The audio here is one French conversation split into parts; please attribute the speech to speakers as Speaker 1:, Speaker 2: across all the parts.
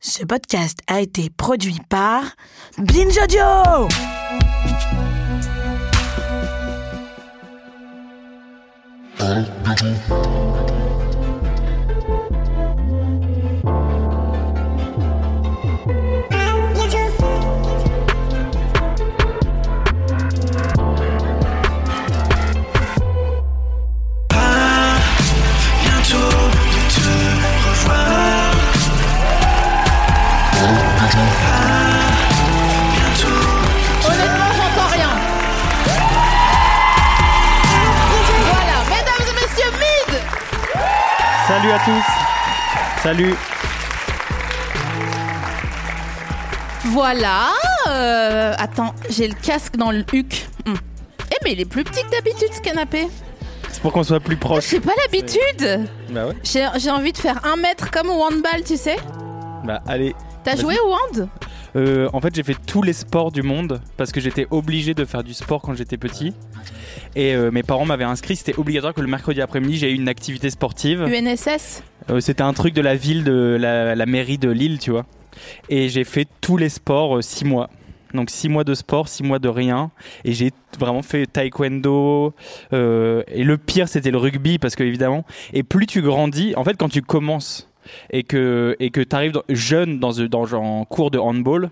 Speaker 1: Ce podcast a été produit par Binge Audio.
Speaker 2: Oh,
Speaker 3: Honnêtement, j'entends rien. Voilà, mesdames et messieurs, mid
Speaker 4: Salut à tous. Salut.
Speaker 3: Voilà. euh, attends, j'ai le casque dans le huc. Hum. Eh, mais il est plus petit que d'habitude ce canapé.
Speaker 4: C'est pour qu'on soit plus proche.
Speaker 3: J'ai pas l'habitude.
Speaker 4: Bah ouais.
Speaker 3: J'ai j'ai envie de faire un mètre comme au handball, tu sais.
Speaker 4: Bah allez.
Speaker 3: T'as
Speaker 4: Vas-y.
Speaker 3: joué au hand
Speaker 4: Euh, en fait, j'ai fait tous les sports du monde parce que j'étais obligé de faire du sport quand j'étais petit. Et euh, mes parents m'avaient inscrit. C'était obligatoire que le mercredi après-midi, j'ai eu une activité sportive.
Speaker 3: UNSS
Speaker 4: Euh, C'était un truc de la ville, de la, la mairie de Lille, tu vois. Et j'ai fait tous les sports euh, six mois. Donc six mois de sport, six mois de rien. Et j'ai vraiment fait taekwondo. euh, et le pire, c'était le rugby, parce que évidemment. Et plus tu grandis, en fait, quand tu commences et que et que t'arrives dans- jeune dans dans genre en cours de handball,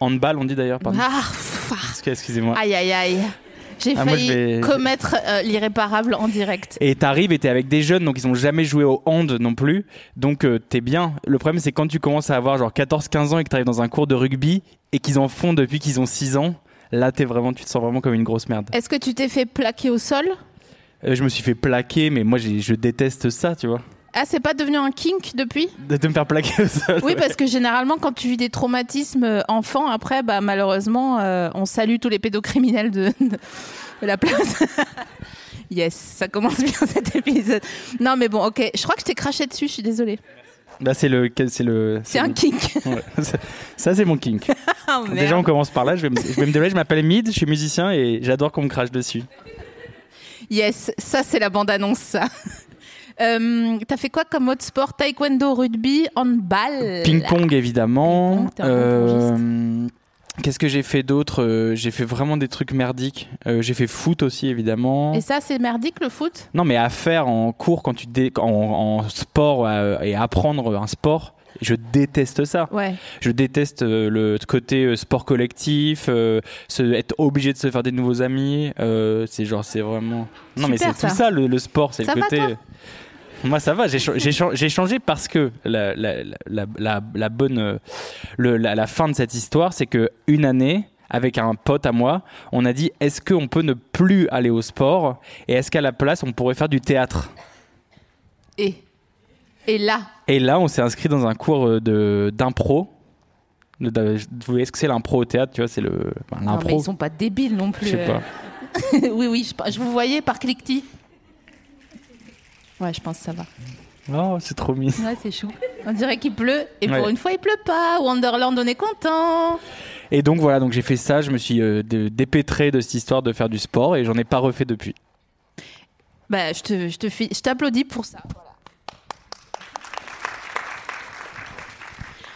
Speaker 4: handball on dit d'ailleurs, pardon.
Speaker 3: Ah, pff, ah.
Speaker 4: Parce que, Excusez-moi.
Speaker 3: Aïe, aïe, aïe. J'ai
Speaker 4: Ah, moi,
Speaker 3: failli
Speaker 4: je vais-
Speaker 3: commettre euh, l'irréparable en direct.
Speaker 4: Et t'arrives et t'es avec des jeunes, donc ils ont jamais joué au hand non plus. Donc euh, t'es bien. Le problème, c'est quand tu commences à avoir genre 14-15 ans et que t'arrives dans un cours de rugby et qu'ils en font depuis qu'ils ont 6 ans, là t'es vraiment, tu te sens vraiment comme une grosse merde.
Speaker 3: Est-ce que tu t'es fait plaquer au sol
Speaker 4: Euh, je me suis fait plaquer, mais moi j'ai- je déteste ça, tu vois.
Speaker 3: Ah, c'est pas devenu un kink depuis
Speaker 4: De, de me faire plaquer au sol.
Speaker 3: Oui, parce que généralement, quand tu vis des traumatismes euh, enfants, après, bah, malheureusement, euh, on salue tous les pédocriminels de, de- de la place. yes, ça commence bien cet épisode. Non, mais bon, ok. Je crois que je t'ai craché dessus, je suis désolée.
Speaker 4: Là c'est le. C'est le.
Speaker 3: C'est un kink.
Speaker 4: le- ouais. Ça- Ça c'est mon kink.
Speaker 3: Ah, merde.
Speaker 4: Déjà on commence par là, je vais me, je vais me dévoiler, je m'appelle Mid, je suis musicien et j'adore qu'on me crache dessus.
Speaker 3: Yes, ça, c'est la bande-annonce, ça. Euh, T'as fait quoi comme autre sport Taekwondo, rugby, handball
Speaker 4: Ping-pong,
Speaker 3: Euh,
Speaker 4: évidemment.
Speaker 3: Ping-pong, t'es un ping-pongiste.
Speaker 4: Euh, Qu'est-ce que j'ai fait d'autre Euh, J'ai fait vraiment des trucs merdiques. Euh, j'ai fait foot aussi, évidemment.
Speaker 3: Et ça, c'est merdique le foot
Speaker 4: Non, mais à faire en cours, quand tu dé- en, en sport euh, et apprendre un sport, je déteste ça.
Speaker 3: Ouais.
Speaker 4: Je déteste euh, le côté euh, sport collectif, euh, se, être obligé de se faire des nouveaux amis. euh, c'est genre, c'est vraiment. Non, mais c'est
Speaker 3: Super,
Speaker 4: tout
Speaker 3: ça.
Speaker 4: ça le, le sport, c'est
Speaker 3: Ça
Speaker 4: le
Speaker 3: va,
Speaker 4: côté. euh,
Speaker 3: toi
Speaker 4: Moi, ça va. J'ai cha- j'ai cha- j'ai changé parce que la, la- la- la- la- la bonne, euh, le- la, la fin de cette histoire, c'est que une année. Avec un pote à moi, on a dit est-ce qu'on peut ne plus aller au sport et est-ce qu'à la place on pourrait faire du théâtre
Speaker 3: Et, et là
Speaker 4: et là, on s'est inscrit dans un cours euh, de d'impro. Le- de- Vous voyez ce que c'est l'impro au théâtre, tu vois, c'est le
Speaker 3: Non,
Speaker 4: ben,
Speaker 3: mais
Speaker 4: l'impro.
Speaker 3: ils sont pas débiles non
Speaker 4: Je
Speaker 3: plus.
Speaker 4: sais
Speaker 3: euh.
Speaker 4: pas.
Speaker 3: oui, oui, je, je vous voyais par cliquetis. Ouais, je pense que ça va.
Speaker 4: Oh, c'est trop mignon.
Speaker 3: Ouais, c'est chou. On dirait qu'il pleut, et pour
Speaker 4: Ouais.
Speaker 3: une fois, il pleut pas. Wonderland, on est content.
Speaker 4: Et donc voilà, donc j'ai fait ça, je me suis euh, dé- dépêtré de cette histoire de faire du sport et j'en ai pas refait depuis.
Speaker 3: Bah, je te, je te, fi- je t'applaudis pour ça. voilà.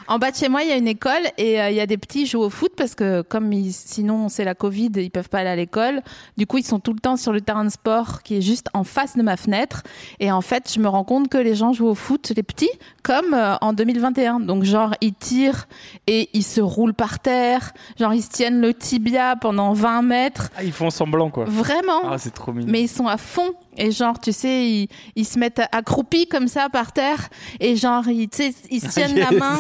Speaker 3: En bas de chez moi, il y a une école et euh, il y a des petits qui jouent au foot parce que comme ils- sinon c'est la Covid, ils peuvent pas aller à l'école. Du coup, ils sont tout le temps sur le terrain de sport qui est juste en face de ma fenêtre. Et en fait, je me rends compte que les gens jouent au foot, les petits, comme euh, en 2021. Donc genre, ils tirent et ils se roulent par terre. Genre, ils se tiennent le tibia pendant 20 mètres.
Speaker 4: Ah, ils font semblant quoi.
Speaker 3: Vraiment
Speaker 4: Ah, c'est trop mignon.
Speaker 3: mais ils sont à fond et genre tu sais ils, ils se mettent accroupis comme ça par terre et genre ils, tu sais, ils se tiennent la main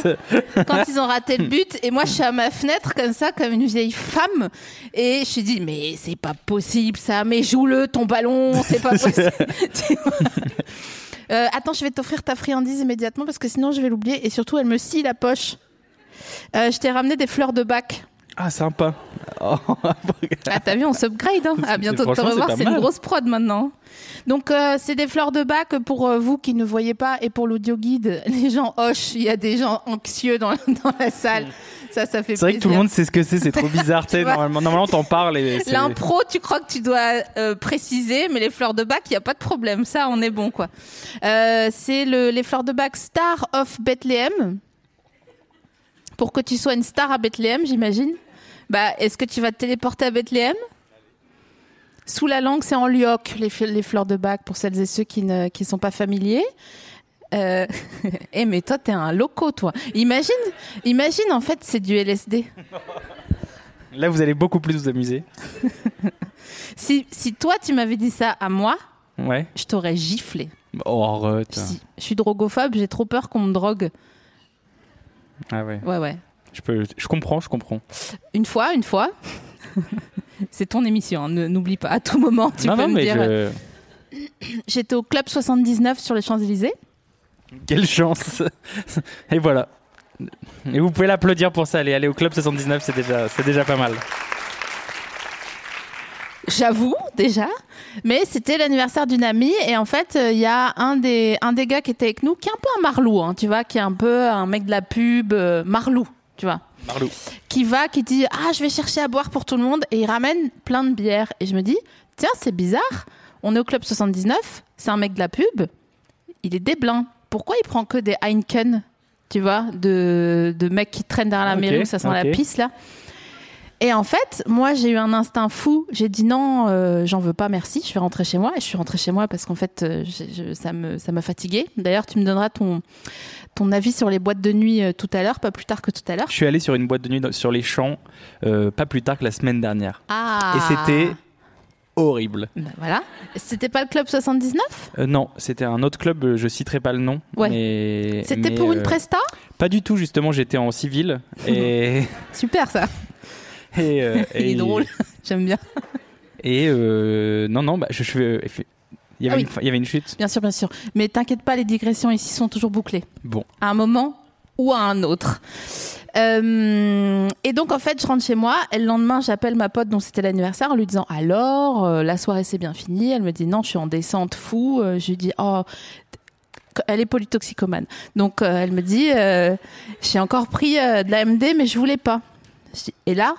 Speaker 3: quand ils ont raté le but et moi je suis à ma fenêtre comme ça comme une vieille femme et je suis dit mais c'est pas possible ça mais joue-le ton ballon c'est pas possible Tu vois Euh, attends, je vais t'offrir ta friandise immédiatement parce que sinon je vais l'oublier. Et surtout, elle me scie la poche. Euh, je t'ai ramené des fleurs de bac.
Speaker 4: Ah, sympa. Oh,
Speaker 3: Ah, t'as vu, on s'upgrade. Hein. À bientôt de te
Speaker 4: franchement, c'est
Speaker 3: revoir.
Speaker 4: pas
Speaker 3: C'est une
Speaker 4: mal.
Speaker 3: grosse prod maintenant. Donc, euh, c'est des fleurs de bac pour euh, vous qui ne voyez pas et pour l'audio guide. Les gens hochent. Il y a des gens anxieux dans, dans la salle. Ça, ça fait
Speaker 4: c'est vrai que tout le
Speaker 3: plaisir.
Speaker 4: monde sait ce que c'est, c'est trop bizarre. tu sais,
Speaker 3: vois.
Speaker 4: normalement, normalement, t'en parles et c'est-
Speaker 3: L'impro, tu crois que tu dois euh, préciser, mais les fleurs de bac, il n'y a pas de problème. Ça, on est bon, quoi. Euh, c'est le, les fleurs de bac Star of Bethlehem. Pour que tu sois une star à Bethléem, j'imagine. Bah, est-ce que tu vas te téléporter à Bethléem Sous la langue, c'est en lyoc, les, fl- les fleurs de bac, pour celles et ceux qui ne qui sont pas familiers. Euh, Eh, mais toi, t'es un loco, toi. Imagine, imagine, en fait, c'est du LSD.
Speaker 4: là, vous allez beaucoup plus vous amuser.
Speaker 3: Si, si toi, tu m'avais dit ça à moi,
Speaker 4: Ouais.
Speaker 3: je t'aurais giflé.
Speaker 4: Oh, arrête.
Speaker 3: Si, je suis drogophobe, j'ai trop peur qu'on me drogue.
Speaker 4: Ah ouais.
Speaker 3: Ouais, ouais.
Speaker 4: Je, peux... je comprends, je comprends.
Speaker 3: Une fois, une fois. C'est ton émission, hein, ne- n'oublie pas. À tout moment, tu
Speaker 4: non,
Speaker 3: peux
Speaker 4: non,
Speaker 3: me
Speaker 4: mais
Speaker 3: dire. euh,
Speaker 4: je-
Speaker 3: J'étais au club 79 sur les Champs-Élysées.
Speaker 4: Quelle chance Et voilà. Et vous pouvez l'applaudir pour ça. Allez, aller au club 79, c'est déjà, c'est déjà pas mal.
Speaker 3: J'avoue, déjà. Mais c'était l'anniversaire d'une amie. Et en fait, euh, il y a un des, un des gars qui était avec nous, qui est un peu un marlou, hein, tu vois, qui est un peu un mec de la pub, euh, marlou, tu vois.
Speaker 4: Marlou.
Speaker 3: qui va, qui dit Ah, je vais chercher à boire pour tout le monde. Et il ramène plein de bières. Et je me dis Tiens, c'est bizarre. On est au club 79. C'est un mec de la pub. Il est déblin. Pourquoi il prend que des Heineken Tu vois, de, de mecs qui traînent derrière la
Speaker 4: Ok,
Speaker 3: mairie où ça sent la
Speaker 4: ok.
Speaker 3: pisse, là. Et en fait, moi, j'ai eu un instinct fou. J'ai dit non, euh, j'en veux pas, merci. Je vais rentrer chez moi. Et je suis rentrée chez moi parce qu'en fait, euh, j'ai- je- ça me ça m'a fatiguée. D'ailleurs, tu me donneras ton ton avis sur les boîtes de nuit euh, tout à l'heure, pas plus tard que tout à l'heure.
Speaker 4: Je suis allé sur une boîte de nuit dans- sur les champs, euh, pas plus tard que la semaine dernière.
Speaker 3: Ah.
Speaker 4: Et c'était horrible.
Speaker 3: Ben voilà. C'était pas le club 79
Speaker 4: Euh, non, c'était un autre club, euh, je citerai pas le nom.
Speaker 3: Ouais.
Speaker 4: mais-
Speaker 3: C'était
Speaker 4: mais,
Speaker 3: pour une
Speaker 4: euh,
Speaker 3: presta
Speaker 4: Pas du tout, justement, j'étais en civil. Et.
Speaker 3: Super ça.
Speaker 4: et, euh,
Speaker 3: Il est
Speaker 4: et-
Speaker 3: drôle. J'aime bien.
Speaker 4: Et. euh, non, non, bah, je, je- il y
Speaker 3: Ah oui.
Speaker 4: avait une fa- il y avait une chute.
Speaker 3: Bien sûr, bien sûr. Mais t'inquiète pas, les digressions ici sont toujours bouclées.
Speaker 4: Bon.
Speaker 3: à un moment ou à un autre. Euh, et donc en fait, je rentre chez moi. Et le lendemain, j'appelle ma pote dont c'était l'anniversaire en lui disant alors euh, la soirée c'est bien fini. Elle me dit non, je suis en descente fou. Euh, je lui dis oh t- elle est polytoxicomane. Donc euh, elle me dit euh, j'ai encore pris euh, de la MD mais je voulais pas. Je dis, Et là.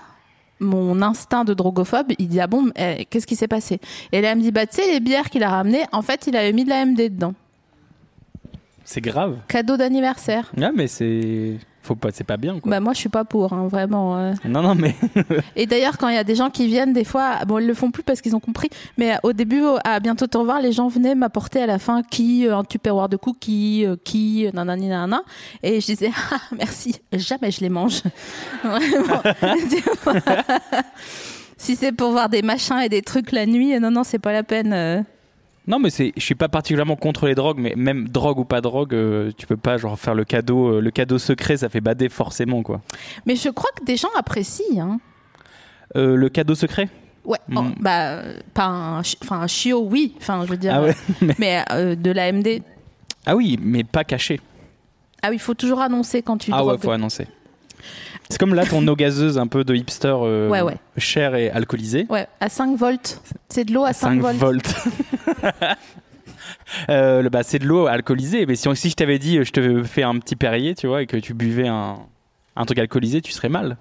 Speaker 3: Mon instinct de drogophobe, il dit ah bon, euh, qu'est-ce qui s'est passé Et là elle me dit bah tu sais les bières qu'il a ramenées, en fait il avait mis de la MD dedans.
Speaker 4: C'est grave.
Speaker 3: Cadeau d'anniversaire.
Speaker 4: Ah, mais c'est. Faut pas, c'est pas bien, quoi.
Speaker 3: Bah moi je suis pas pour, hein, vraiment. euh.
Speaker 4: Non, non, mais.
Speaker 3: Et d'ailleurs quand il y a des gens qui viennent des fois, bon ils le font plus parce qu'ils ont compris, mais euh, au début au- à bientôt te revoir, les gens venaient m'apporter à la fin qui euh, un tupperware de cookies, euh, qui euh, nanani nanana, et je disais ah merci, jamais je les mange. Vraiment. si c'est pour voir des machins et des trucs la nuit, euh, non non c'est pas la peine. euh.
Speaker 4: Non, mais c'est, je suis pas particulièrement contre les drogues, mais même drogue ou pas drogue, euh, tu peux pas genre faire le cadeau, euh, le cadeau secret, ça fait bader forcément quoi.
Speaker 3: Mais je crois que des gens apprécient. Hein.
Speaker 4: Euh, le cadeau secret
Speaker 3: Ouais,
Speaker 4: Mm.
Speaker 3: oh, bah, euh, pas un, chi- enfin, un chiot, oui, enfin, je veux dire,
Speaker 4: Ah ouais,
Speaker 3: euh, mais euh, de la MD.
Speaker 4: Ah oui, mais pas caché.
Speaker 3: Ah oui, il faut toujours annoncer quand tu
Speaker 4: Ah ouais,
Speaker 3: drogues.
Speaker 4: faut annoncer. C'est comme là ton eau gazeuse un peu de hipster euh,
Speaker 3: Ouais, ouais.
Speaker 4: cher et alcoolisé.
Speaker 3: Ouais, à 5 volts. C'est de l'eau à, 5,
Speaker 4: 5
Speaker 3: volts.
Speaker 4: volts. Euh, le- bah, c'est de l'eau alcoolisée, mais si, on- si je t'avais dit euh, je te fais un petit perrier, tu vois, et que tu buvais un, un truc alcoolisé, tu serais mal.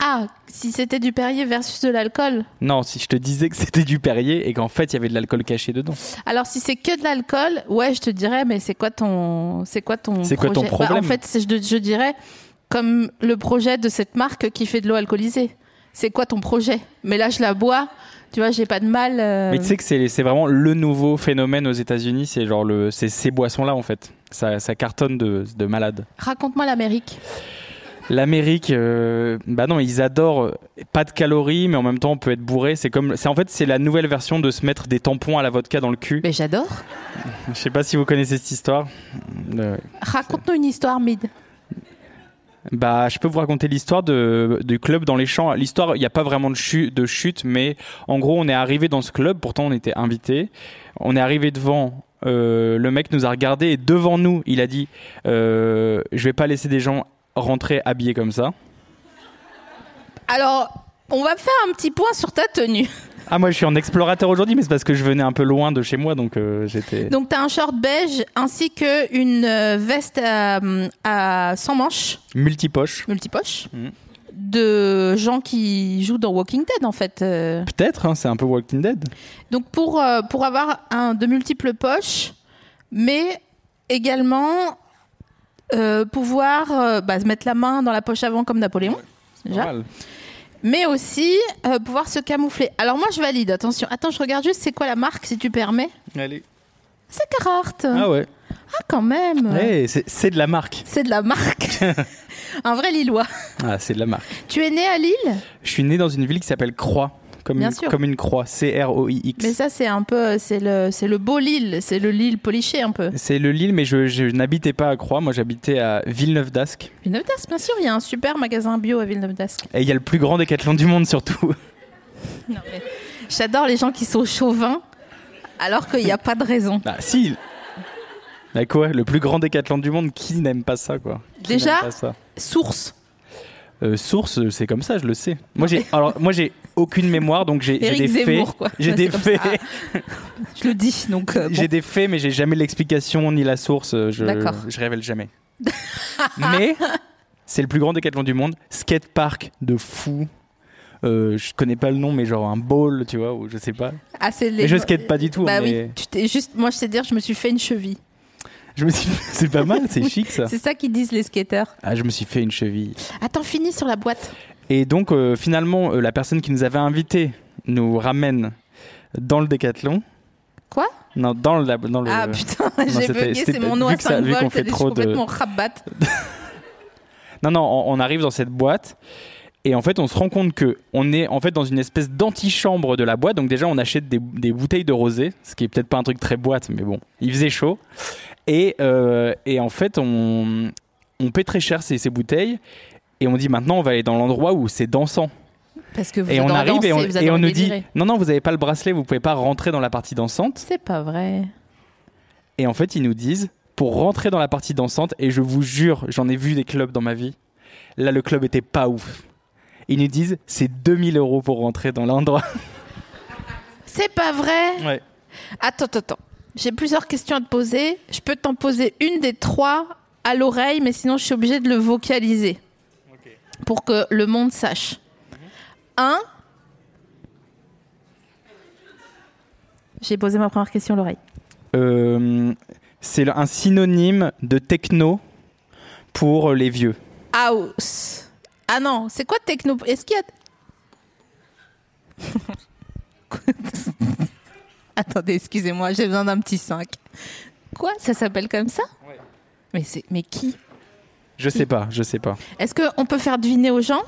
Speaker 3: Ah, si c'était du Perrier versus de l'alcool.
Speaker 4: Non, si je te disais que c'était du perrier et qu'en fait il y avait de l'alcool caché dedans.
Speaker 3: Alors si c'est que de l'alcool, ouais, je te dirais, mais c'est quoi ton, c'est quoi ton,
Speaker 4: C'est quoi ton
Speaker 3: projet Bah, En
Speaker 4: problème
Speaker 3: fait, c'est- je, je dirais comme le projet de cette marque qui fait de l'eau alcoolisée. C'est quoi ton projet Mais là, je la bois. Tu vois, j'ai pas de mal. euh,
Speaker 4: Mais tu sais que c'est c'est vraiment le nouveau phénomène aux États-Unis, c'est genre le, c'est ces boissons-là en fait. Ça, ça cartonne de, de malade.
Speaker 3: Raconte-moi l'Amérique.
Speaker 4: L'Amérique, euh, bah non, ils adorent euh, pas de calories, mais en même temps on peut être bourré. C'est comme, c'est en fait c'est la nouvelle version de se mettre des tampons à la vodka dans le cul.
Speaker 3: Mais j'adore.
Speaker 4: Je sais pas si vous connaissez cette histoire. Euh,
Speaker 3: Raconte-nous une histoire, Mid.
Speaker 4: Bah, je peux vous raconter l'histoire de, du club dans les champs. L'histoire, il n'y a pas vraiment de, chu- de chute, mais en gros, on est arrivé dans ce club. Pourtant, on était invité. On est arrivé devant euh, le mec nous a regardé et devant nous, il a dit euh, Je vais pas laisser des gens rentrer habillés comme ça.
Speaker 3: Alors, on va faire un petit point sur ta tenue.
Speaker 4: Ah, moi je suis en explorateur aujourd'hui, mais c'est parce que je venais un peu loin de chez moi, donc euh, j'étais.
Speaker 3: Donc, t'as un short beige ainsi que une euh, veste à, à- sans manches,
Speaker 4: Multipoche.
Speaker 3: multipoche,
Speaker 4: Mhm.
Speaker 3: de gens qui jouent dans Walking Dead en fait. euh.
Speaker 4: Peut-être, hein, c'est un peu Walking Dead.
Speaker 3: Donc, pour, euh, pour avoir un, de multiples poches, mais également euh, pouvoir euh, bah, se mettre la main dans la poche avant comme Napoléon. Déjà.
Speaker 4: Pas mal.
Speaker 3: mais aussi euh, pouvoir se camoufler. Alors moi je valide, attention. Attends, je regarde juste c'est quoi la marque si tu permets. C'est Carhartt. Ah,
Speaker 4: Ah ouais.
Speaker 3: quand même.
Speaker 4: Ouais, c'est c'est de la marque.
Speaker 3: C'est de la marque. Un vrai Lillois.
Speaker 4: Ah, c'est de la marque.
Speaker 3: Tu es né à Lille
Speaker 4: Je suis né dans une ville qui s'appelle Croix. Comme,
Speaker 3: Bien
Speaker 4: une,
Speaker 3: sûr.
Speaker 4: comme une croix, C-R-O-I-X.
Speaker 3: Mais ça c'est un peu c'est le c'est le beau Lille, c'est le Lille poliché un peu.
Speaker 4: C'est le Lille, mais je, je n'habitais pas à Croix. Moi, j'habitais à Villeneuve-d'Ascq.
Speaker 3: Villeneuve d'Ascq bien sûr, il y a un super magasin bio à Villeneuve d'Ascq.
Speaker 4: Et il y a le plus grand décathlon du monde, surtout.
Speaker 3: Non, mais J'adore les gens qui sont chauvins alors qu'il n'y a pas de raison.
Speaker 4: Ah, si Bah quoi Le plus grand décathlon du monde, qui n'aime pas ça, quoi Qui
Speaker 3: Déjà
Speaker 4: n'aime pas ça
Speaker 3: Source.
Speaker 4: Euh, Source, c'est comme ça, je le sais. Moi, j'ai alors moi j'ai aucune mémoire, donc j'ai j'ai
Speaker 3: Éric
Speaker 4: des faits.
Speaker 3: Zemmour, quoi.
Speaker 4: J'ai
Speaker 3: Ouais,
Speaker 4: des
Speaker 3: c'est comme
Speaker 4: faits,
Speaker 3: ça. Ah, Je le dis donc euh, bon.
Speaker 4: j'ai des faits, mais j'ai jamais l'explication ni la source. euh, Je,
Speaker 3: D'accord.
Speaker 4: je révèle jamais. mais c'est le plus grand décathlon du monde. Skatepark de fou. Euh, je connais pas le nom, mais genre un bowl, tu vois, ou je sais pas.
Speaker 3: Ah, c'est les-
Speaker 4: Mais je skate pas du tout.
Speaker 3: Bah
Speaker 4: mais
Speaker 3: oui, tu t'es juste moi je sais dire je me suis fait une cheville.
Speaker 4: je me suis... c'est pas mal, c'est chic ça.
Speaker 3: C'est ça qu'ils disent les skateurs.
Speaker 4: Ah, je me suis fait une cheville.
Speaker 3: Attends, finis sur la boîte.
Speaker 4: Et donc, euh, finalement, euh, la personne qui nous avait invités nous ramène dans le décathlon.
Speaker 3: Quoi
Speaker 4: Non, dans le. Dans le
Speaker 3: Ah putain, j'ai
Speaker 4: c'était-
Speaker 3: bugué,
Speaker 4: c'était-
Speaker 3: c'est mon nom
Speaker 4: vu
Speaker 3: à
Speaker 4: que ça-
Speaker 3: 5
Speaker 4: vu qu'on
Speaker 3: volts,
Speaker 4: fait
Speaker 3: je suis
Speaker 4: trop de-
Speaker 3: complètement rabat.
Speaker 4: non, non, on, on arrive dans cette boîte. Et en fait, on se rend compte que on est en fait dans une espèce d'antichambre de la boîte. Donc déjà, on achète des, des bouteilles de rosé, ce qui est peut-être pas un truc très boîte, mais bon, il faisait chaud. Et, euh, et en fait, on, on paie très cher ces, ces bouteilles. Et on dit maintenant, on va aller dans l'endroit où c'est dansant.
Speaker 3: Parce que vous
Speaker 4: Et on
Speaker 3: adorez
Speaker 4: arrive
Speaker 3: danser,
Speaker 4: et on,
Speaker 3: vous
Speaker 4: et on
Speaker 3: adorez
Speaker 4: nous dit
Speaker 3: délirer.
Speaker 4: non non vous avez pas le bracelet vous pouvez pas rentrer dans la partie dansante
Speaker 3: C'est pas vrai.
Speaker 4: et en fait ils nous disent pour rentrer dans la partie dansante et je vous jure j'en ai vu des clubs dans ma vie là le club était pas ouf ils nous disent c'est 2000 euros pour rentrer dans l'endroit
Speaker 3: C'est pas vrai.
Speaker 4: ouais.
Speaker 3: Attends, attends, attends. J'ai plusieurs questions à te poser. Je peux t'en poser une des trois à l'oreille, mais sinon je suis obligée de le vocaliser. Pour que le monde sache. Un. J'ai posé ma première question à l'oreille.
Speaker 4: Euh, c'est le- un synonyme de techno pour les vieux
Speaker 3: House. Ah non, c'est quoi techno Est-ce qu'il y a. Attendez, excusez-moi, j'ai besoin d'un petit 5. Quoi Ça s'appelle comme ça mais, c'est... mais qui
Speaker 4: je sais pas je sais pas
Speaker 3: Est-ce qu'on peut faire deviner aux gens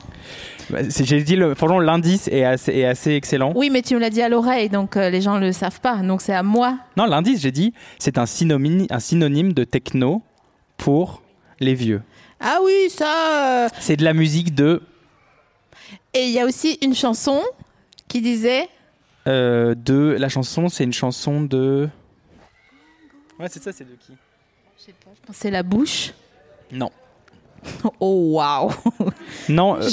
Speaker 4: Bah, c'est- j'ai dit le, franchement l'indice est assez, est assez excellent
Speaker 3: Oui, mais tu me l'as dit à l'oreille, donc euh, les gens ne le savent pas. Donc c'est à moi.
Speaker 4: non l'indice j'ai dit c'est un synonyme un synonyme de techno pour les vieux
Speaker 3: Ah oui, ça. euh.
Speaker 4: C'est de la musique de
Speaker 3: Et il y a aussi une chanson qui disait.
Speaker 4: euh, de la chanson. C'est une chanson de. Ouais, c'est ça. C'est de qui
Speaker 3: C'est la bouche.
Speaker 4: Non.
Speaker 3: Oh waouh
Speaker 4: Non. euh,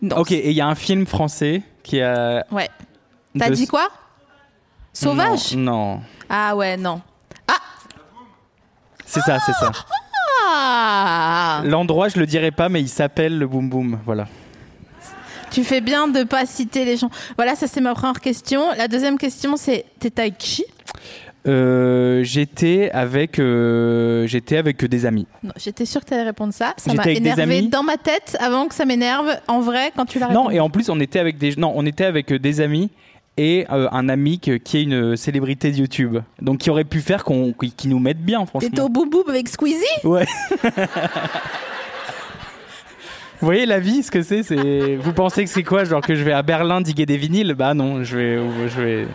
Speaker 3: Non,
Speaker 4: ok. Et il y a un film français qui a.
Speaker 3: Ouais. T'as
Speaker 4: de-
Speaker 3: dit quoi Sauvage
Speaker 4: Non. non.
Speaker 3: Ah ouais, non.
Speaker 4: C'est ça. C'est ça.
Speaker 3: Ah
Speaker 4: L'endroit, je le dirai pas, mais il s'appelle le Boom Boom. Voilà.
Speaker 3: Tu fais bien de pas citer les gens. Voilà, ça c'est ma première question. La deuxième question c'est t'es avec qui
Speaker 4: Euh, j'étais avec euh, j'étais avec des amis.
Speaker 3: Non, j'étais sûre que t'allais répondre ça. Ça
Speaker 4: J'étais
Speaker 3: m'a
Speaker 4: avec des
Speaker 3: énervé
Speaker 4: amis.
Speaker 3: dans ma tête avant que ça m'énerve en vrai quand tu l'as
Speaker 4: Non.
Speaker 3: répondu.
Speaker 4: Et en plus, on était avec des non, on était avec euh, des amis. Et euh, un ami que- qui est une euh, célébrité de YouTube, donc qui aurait pu faire qu'on qui qui nous mette bien, franchement.
Speaker 3: T'étais au boum boum avec Squeezie
Speaker 4: Ouais. Vous voyez la vie, ce que c'est, c'est. Vous pensez que c'est quoi, genre que je vais à Berlin diguer des vinyles Bah non, je vais, je vais,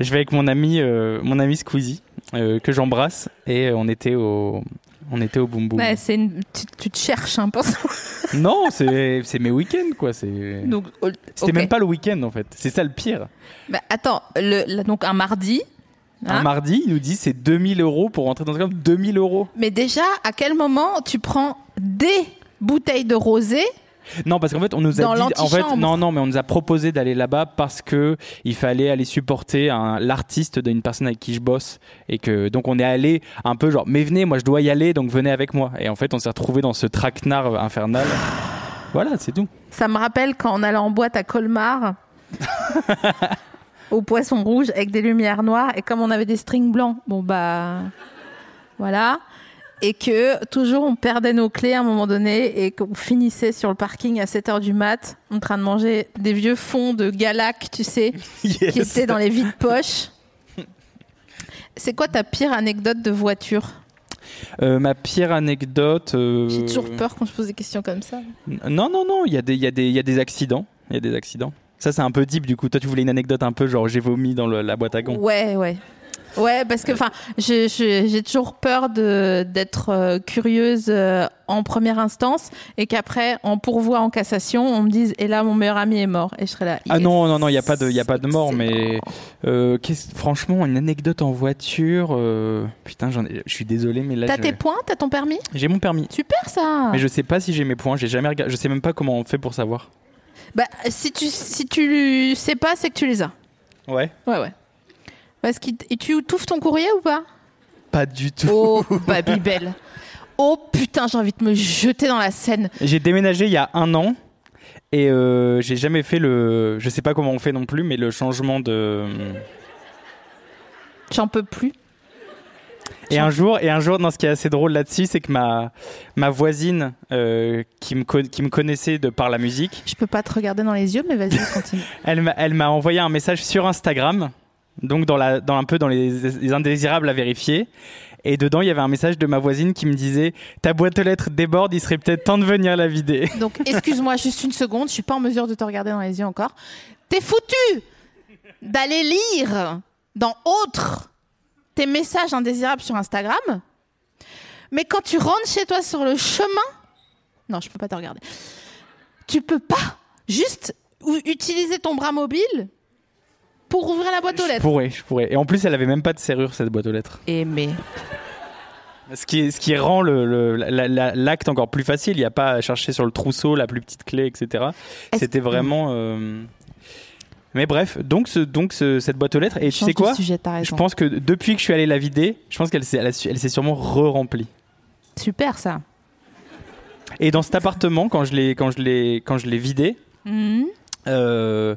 Speaker 4: je vais avec mon ami, euh, mon ami Squeezie euh, que j'embrasse et euh, on était au, on était au Boom Boom.
Speaker 3: Ouais, Bah, c'est une... tu, tu te cherches hein, pour ça.
Speaker 4: Non, c'est, c'est mes week-ends quoi. C'est.
Speaker 3: Donc, oh,
Speaker 4: C'était
Speaker 3: ok.
Speaker 4: même pas le week-end en fait. C'est ça le pire.
Speaker 3: Bah, attends, le- la- donc un mardi,
Speaker 4: Un
Speaker 3: Ah.
Speaker 4: mardi, il nous dit c'est 2000 euros pour rentrer dans un club. 2000 euros.
Speaker 3: Mais déjà, à quel moment tu prends des bouteilles de rosé
Speaker 4: Non, parce qu'en fait, on nous a
Speaker 3: Dans
Speaker 4: dit. En fait,
Speaker 3: l'antichambre.
Speaker 4: non, non, mais on nous a proposé d'aller là-bas parce que il fallait aller supporter un- l'artiste d'une personne avec qui je bosse et que donc on est allé un peu genre. Mais venez, moi je dois y aller, donc venez avec moi. Et en fait, on s'est retrouvé dans ce traquenard infernal. Voilà, c'est tout.
Speaker 3: Ça me rappelle quand on allait en boîte à Colmar au poisson rouge avec des lumières noires et comme on avait des strings blancs, bon bah voilà. Et que toujours on perdait nos clés à un moment donné et qu'on finissait sur le parking à 7h du mat en train de manger des vieux fonds de galac, tu sais,
Speaker 4: Yes.
Speaker 3: qui étaient dans les vides poches. C'est quoi ta pire anecdote de voiture
Speaker 4: Euh, ma pire anecdote. euh,
Speaker 3: J'ai toujours peur quand je pose des questions comme ça.
Speaker 4: Non, non, non, il y, a des- il y, a des- il y a des accidents. Il y a des accidents. Ça, c'est un peu deep du coup. Toi, tu voulais une anecdote un peu genre j'ai vomi dans le- la boîte à gants.
Speaker 3: Ouais, ouais. Ouais, parce que enfin, je- je- j'ai toujours peur de d'être euh, curieuse euh, en première instance et qu'après, en pourvoi en cassation, on me dise et là mon meilleur ami est mort et je serai là.
Speaker 4: Ah
Speaker 3: yes,
Speaker 4: non, non, non, il n'y a pas de, y a pas de mort, mais
Speaker 3: excellent.
Speaker 4: euh, qu'est-ce- franchement, une anecdote en voiture. euh, putain, j'en ai- je suis désolé, mais là,
Speaker 3: T'as
Speaker 4: je-
Speaker 3: tes Ah. points, t'as ton permis,
Speaker 4: j'ai mon permis.
Speaker 3: super ça.
Speaker 4: Mais je sais pas si j'ai mes points, j'ai jamais regardé, je sais même pas comment on fait pour savoir.
Speaker 3: Bah si tu si tu sais pas, c'est que tu les as.
Speaker 4: Ouais.
Speaker 3: Ouais, ouais. Parce que tu ouvres ton courrier ou pas
Speaker 4: Pas du tout.
Speaker 3: Oh, Babybel. Oh putain, j'ai envie de me jeter dans la Seine.
Speaker 4: J'ai déménagé il y a un an et euh, j'ai jamais fait le, je sais pas comment on fait non plus, mais le changement de.
Speaker 3: J'en peux plus.
Speaker 4: Et un jour, et un jour, non, ce qui est assez drôle là-dessus, c'est que ma ma voisine euh, qui me con- qui me connaissait de par la musique,
Speaker 3: Je peux pas te regarder dans les yeux, mais vas-y, continue.
Speaker 4: elle m'a elle m'a envoyé un message sur Instagram, donc dans la dans un peu dans les, les indésirables à vérifier. Et dedans, il y avait un message de ma voisine qui me disait ta boîte aux lettres déborde, il serait peut-être temps de venir la vider.
Speaker 3: Donc, excuse-moi juste une seconde, je suis pas en mesure de te regarder dans les yeux encore. T'es foutu d'aller lire dans autre tes messages indésirables sur Instagram, mais quand tu rentres chez toi sur le chemin, non, je peux pas te regarder. Tu peux pas juste ou- utiliser ton bras mobile pour ouvrir la boîte aux
Speaker 4: Je
Speaker 3: lettres.
Speaker 4: pourrais, je pourrais. Et en plus, elle avait même pas de serrure cette boîte aux lettres.
Speaker 3: Et mais
Speaker 4: Ce qui ce qui rend le- le la- la- l'acte encore plus facile. Il n'y a pas à chercher sur le trousseau la plus petite clé, etc.
Speaker 3: Est-ce-
Speaker 4: C'était vraiment. euh, Mais bref, donc, ce, donc ce- cette boîte aux lettres. Et tu sais quoi
Speaker 3: sujet, t'as
Speaker 4: Je
Speaker 3: raison.
Speaker 4: pense que depuis que je suis allé la vider, je pense qu'elle s'est, elle a su- elle s'est sûrement re-remplie.
Speaker 3: Super ça.
Speaker 4: Et dans cet appartement, quand je l'ai, quand je l'ai, quand je l'ai vidé,
Speaker 3: Mhm.
Speaker 4: euh,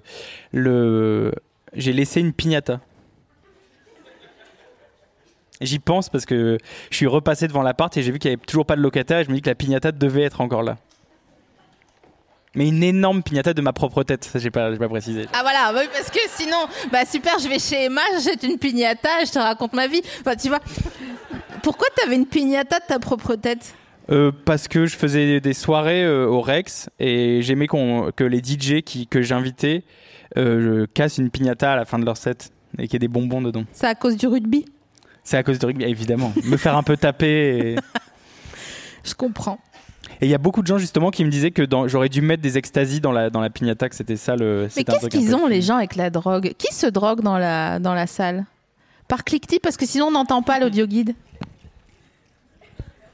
Speaker 4: le, j'ai laissé une piñata. J'y pense parce que je suis repassé devant l'appart et j'ai vu qu'il n'y avait toujours pas de locataire. Et je me dis que la piñata devait être encore là. Mais une énorme piñata de ma propre tête. Ça, j'ai pas, j'ai pas précisé.
Speaker 3: Ah voilà, oui, parce que sinon, bah super, je vais chez Emma, j'achète une pignata, je te raconte ma vie. Enfin, tu vois. Pourquoi t'avais une pignata de ta propre tête
Speaker 4: Euh, parce que je faisais des soirées euh, au Rex et j'aimais qu'on- que les DJ qui, que j'invitais euh, cassent une piñata à la fin de leur set et qu'il y ait des bonbons dedans.
Speaker 3: C'est à cause du rugby
Speaker 4: C'est à cause du rugby, évidemment. Me faire un peu taper. et-
Speaker 3: Je comprends.
Speaker 4: Et il y a beaucoup de gens justement qui me disaient que dans- j'aurais dû mettre des extasies dans la, dans la piñata, que c'était ça le.
Speaker 3: Mais
Speaker 4: c'est un
Speaker 3: qu'est-ce
Speaker 4: truc un
Speaker 3: qu'ils
Speaker 4: peu
Speaker 3: ont les
Speaker 4: fou.
Speaker 3: gens avec la drogue Qui se drogue dans la, dans la salle Par cliquetis, parce que sinon on n'entend pas l'audio guide.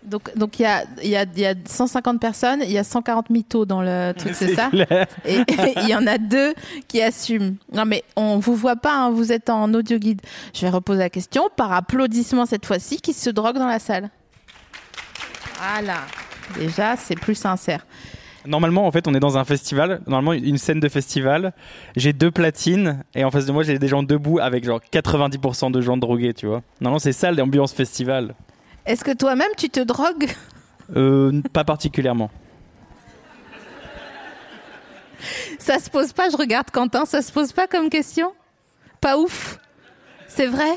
Speaker 3: Donc il donc il y, a, il y, a, il y a 150 personnes, il y a 140 mythos dans le truc, c'est ça
Speaker 4: clair.
Speaker 3: Et il y en a deux qui assument. Non, mais on vous voit pas, hein, vous êtes en audio guide. Je vais reposer la question par applaudissement cette fois-ci qui se drogue dans la salle. Voilà. Déjà, c'est plus sincère.
Speaker 4: Normalement, en fait, on est dans un festival. Normalement, une scène de festival. J'ai deux platines et en face de moi, j'ai des gens debout avec genre 90% de gens drogués, tu vois. Non, non, c'est ça l'ambiance festival.
Speaker 3: Est-ce que toi-même, tu te drogues
Speaker 4: Euh, n- pas particulièrement.
Speaker 3: Ça se pose pas, je regarde Quentin, ça se pose pas comme question Pas ouf. C'est vrai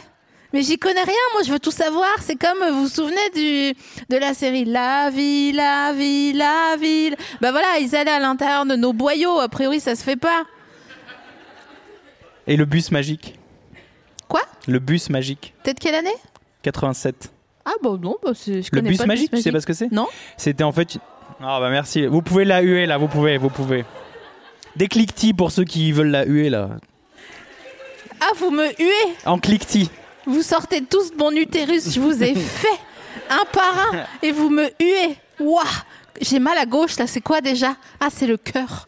Speaker 3: mais j'y connais rien, moi je veux tout savoir. C'est comme, euh, vous vous souvenez du, de la série La vie, la vie, la ville. Bah voilà, ils allaient à l'intérieur de nos boyaux, a priori ça se fait pas.
Speaker 4: Et le bus magique
Speaker 3: Quoi
Speaker 4: Le bus magique,
Speaker 3: Peut-être quelle année
Speaker 4: 87.
Speaker 3: Ah bah non, bah c'est- je
Speaker 4: Le
Speaker 3: connais
Speaker 4: bus
Speaker 3: pas
Speaker 4: magique,
Speaker 3: le
Speaker 4: tu
Speaker 3: bus
Speaker 4: sais pas ce que c'est
Speaker 3: Non
Speaker 4: C'était en fait. Ah bah merci. Vous pouvez la huer là, vous pouvez, vous pouvez. Des cliquetis pour ceux qui veulent la huer là.
Speaker 3: Ah, vous me huez
Speaker 4: En cliquetis.
Speaker 3: Vous sortez tous de mon utérus, je vous ai fait un par un et vous me huez. Ouah, j'ai mal à gauche là, c'est quoi déjà Ah, c'est le cœur.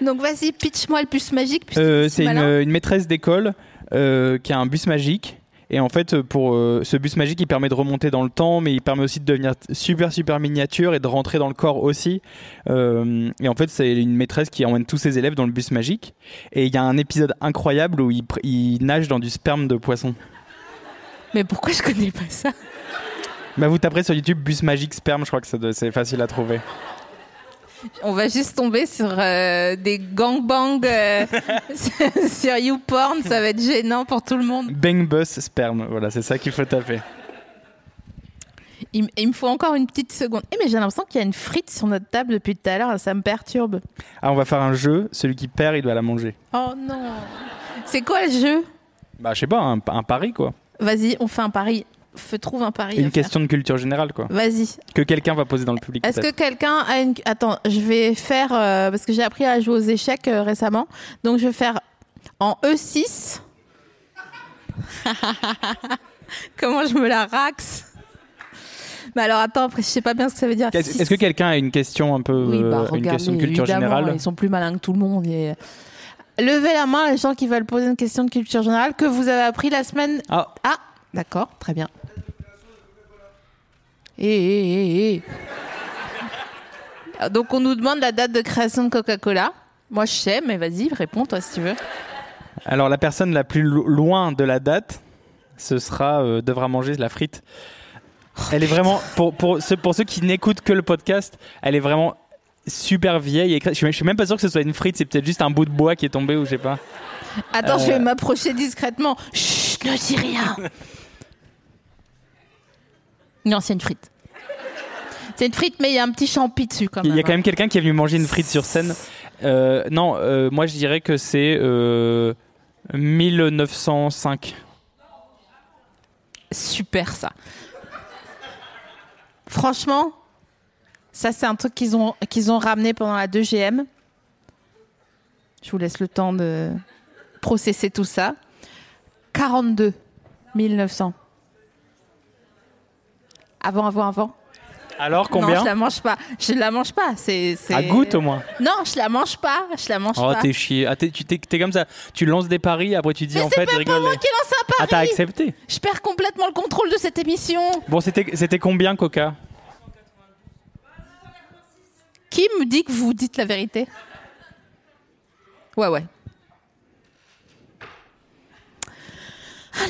Speaker 3: Donc vas-y, pitch-moi le puce magique. puisque
Speaker 4: Euh,
Speaker 3: t'es si
Speaker 4: c'est une,
Speaker 3: malin.
Speaker 4: une maîtresse d'école euh, qui a un bus magique. Et en fait, euh, pour euh, ce bus magique, il permet de remonter dans le temps, mais il permet aussi de devenir t- super super miniature et de rentrer dans le corps aussi. Euh, et en fait, c'est une maîtresse qui emmène tous ses élèves dans le bus magique. Et il y a un épisode incroyable où il, pr- il nage dans du sperme de poisson.
Speaker 3: Mais pourquoi je connais pas ça
Speaker 4: Bah vous taperez sur YouTube bus magique sperme, je crois que ça doit- c'est facile à trouver.
Speaker 3: On va juste tomber sur euh, des gangbangs euh, sur YouPorn, ça va être gênant pour tout le monde.
Speaker 4: Bang bus sperme, voilà, c'est ça qu'il faut taper.
Speaker 3: Il, m- il me faut encore une petite seconde. Eh mais j'ai l'impression qu'il y a une frite sur notre table depuis tout à l'heure, ça me perturbe.
Speaker 4: Ah, on va faire un jeu. Celui qui perd, il doit la manger.
Speaker 3: Oh non C'est quoi le jeu
Speaker 4: Bah je sais pas, un, un pari quoi.
Speaker 3: Vas-y, on fait un pari. Feu trouve un pari. à
Speaker 4: Une
Speaker 3: faire.
Speaker 4: question Bah. de culture générale quoi.
Speaker 3: Vas-y.
Speaker 4: que quelqu'un va poser dans le public.
Speaker 3: Est-ce que
Speaker 4: peut-être.
Speaker 3: quelqu'un a une. Attends, je vais faire. euh, parce que j'ai appris à jouer aux échecs euh, récemment. Donc je vais faire en E E6. Comment je me la raxe Mais alors attends, après, je sais pas bien ce que ça veut dire.
Speaker 4: Qu'est-ce- Est-ce que quelqu'un a une question un peu
Speaker 3: Oui, bah,
Speaker 4: euh, une
Speaker 3: regardez,
Speaker 4: question de culture
Speaker 3: évidemment,
Speaker 4: générale
Speaker 3: Ils sont plus malins que tout le monde. et- Levez la main, les gens qui veulent poser une question de culture générale que vous avez appris la semaine
Speaker 4: Ah,
Speaker 3: Ah, d'accord, très bien. Eh, eh, eh, eh. Donc on nous demande la date de création de Coca-Cola. Moi je sais, mais vas-y, réponds toi si tu veux.
Speaker 4: alors la personne la plus lo- loin de la date, ce sera euh, devra manger la frite.
Speaker 3: Oh,
Speaker 4: Elle est vraiment pour pour ceux, pour ceux qui n'écoutent que le podcast, elle est vraiment super vieille. et cré- Je suis, je suis même pas sûr que ce soit une frite, c'est peut-être juste un bout de bois qui est tombé ou je sais pas.
Speaker 3: Attends, je
Speaker 4: Euh.
Speaker 3: vais m'approcher discrètement. Chut, ne dis rien. non, c'est une frite. C'est une frite, mais il y a un petit champi dessus quand même.
Speaker 4: Il y a quand
Speaker 3: hein.
Speaker 4: même quelqu'un qui est venu manger une frite sur scène. Euh, non, euh, moi je dirais que c'est euh, 1905.
Speaker 3: Super ça. Franchement, ça c'est un truc qu'ils ont, qu'ils ont ramené pendant la 2GM. Je vous laisse le temps de processer tout ça. 42 1900. Avant, avant, avant.
Speaker 4: Alors
Speaker 3: non,
Speaker 4: combien
Speaker 3: je la mange pas. Je la mange pas. C'est, c'est-
Speaker 4: À goutte au moins.
Speaker 3: Non, je la mange pas. Je la mange
Speaker 4: Oh,
Speaker 3: pas.
Speaker 4: t'es chier. Ah, t'es, tu- t'es- t'es comme ça. Tu lances des paris, après tu dis
Speaker 3: Mais
Speaker 4: en
Speaker 3: c'est
Speaker 4: fait,
Speaker 3: même pas
Speaker 4: rigole.
Speaker 3: moi qui lance un pari.
Speaker 4: Ah, t'as accepté.
Speaker 3: Je perds complètement le contrôle de cette émission.
Speaker 4: Bon, c'était, c'était combien, Coca
Speaker 3: Qui me dit que vous dites la vérité Ouais, ouais.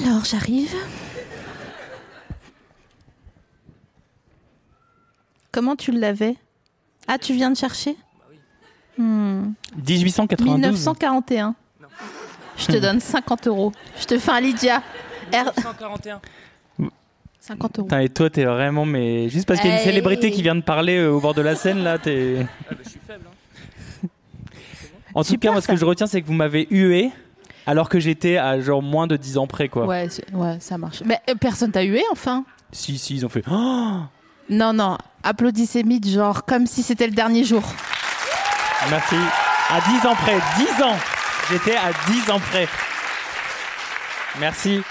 Speaker 3: Alors, j'arrive. Comment tu l'avais Ah, tu viens de chercher
Speaker 4: 1892.
Speaker 3: 1941. Je te donne 50 euros. Je te fais un Lydia. R-
Speaker 5: 141.
Speaker 3: 50 euros.
Speaker 4: Putain, et toi, t'es vraiment. Mais juste parce qu'il y a une
Speaker 3: Hey.
Speaker 4: célébrité qui vient de parler euh, au bord de la scène, là, t'es. En tout
Speaker 3: Super,
Speaker 4: cas, moi, ce que
Speaker 3: ça.
Speaker 4: je retiens, c'est que vous m'avez hué alors que j'étais à genre moins de 10 ans près, quoi.
Speaker 3: Ouais, c'est- ouais, ça marche. Mais euh, personne t'a hué, enfin
Speaker 4: Si, si, ils ont fait. Oh
Speaker 3: Non, non. Applaudissez Mid, genre comme si c'était le dernier jour.
Speaker 4: Merci. À 10 ans près, 10 ans J'étais à 10 ans près. Merci.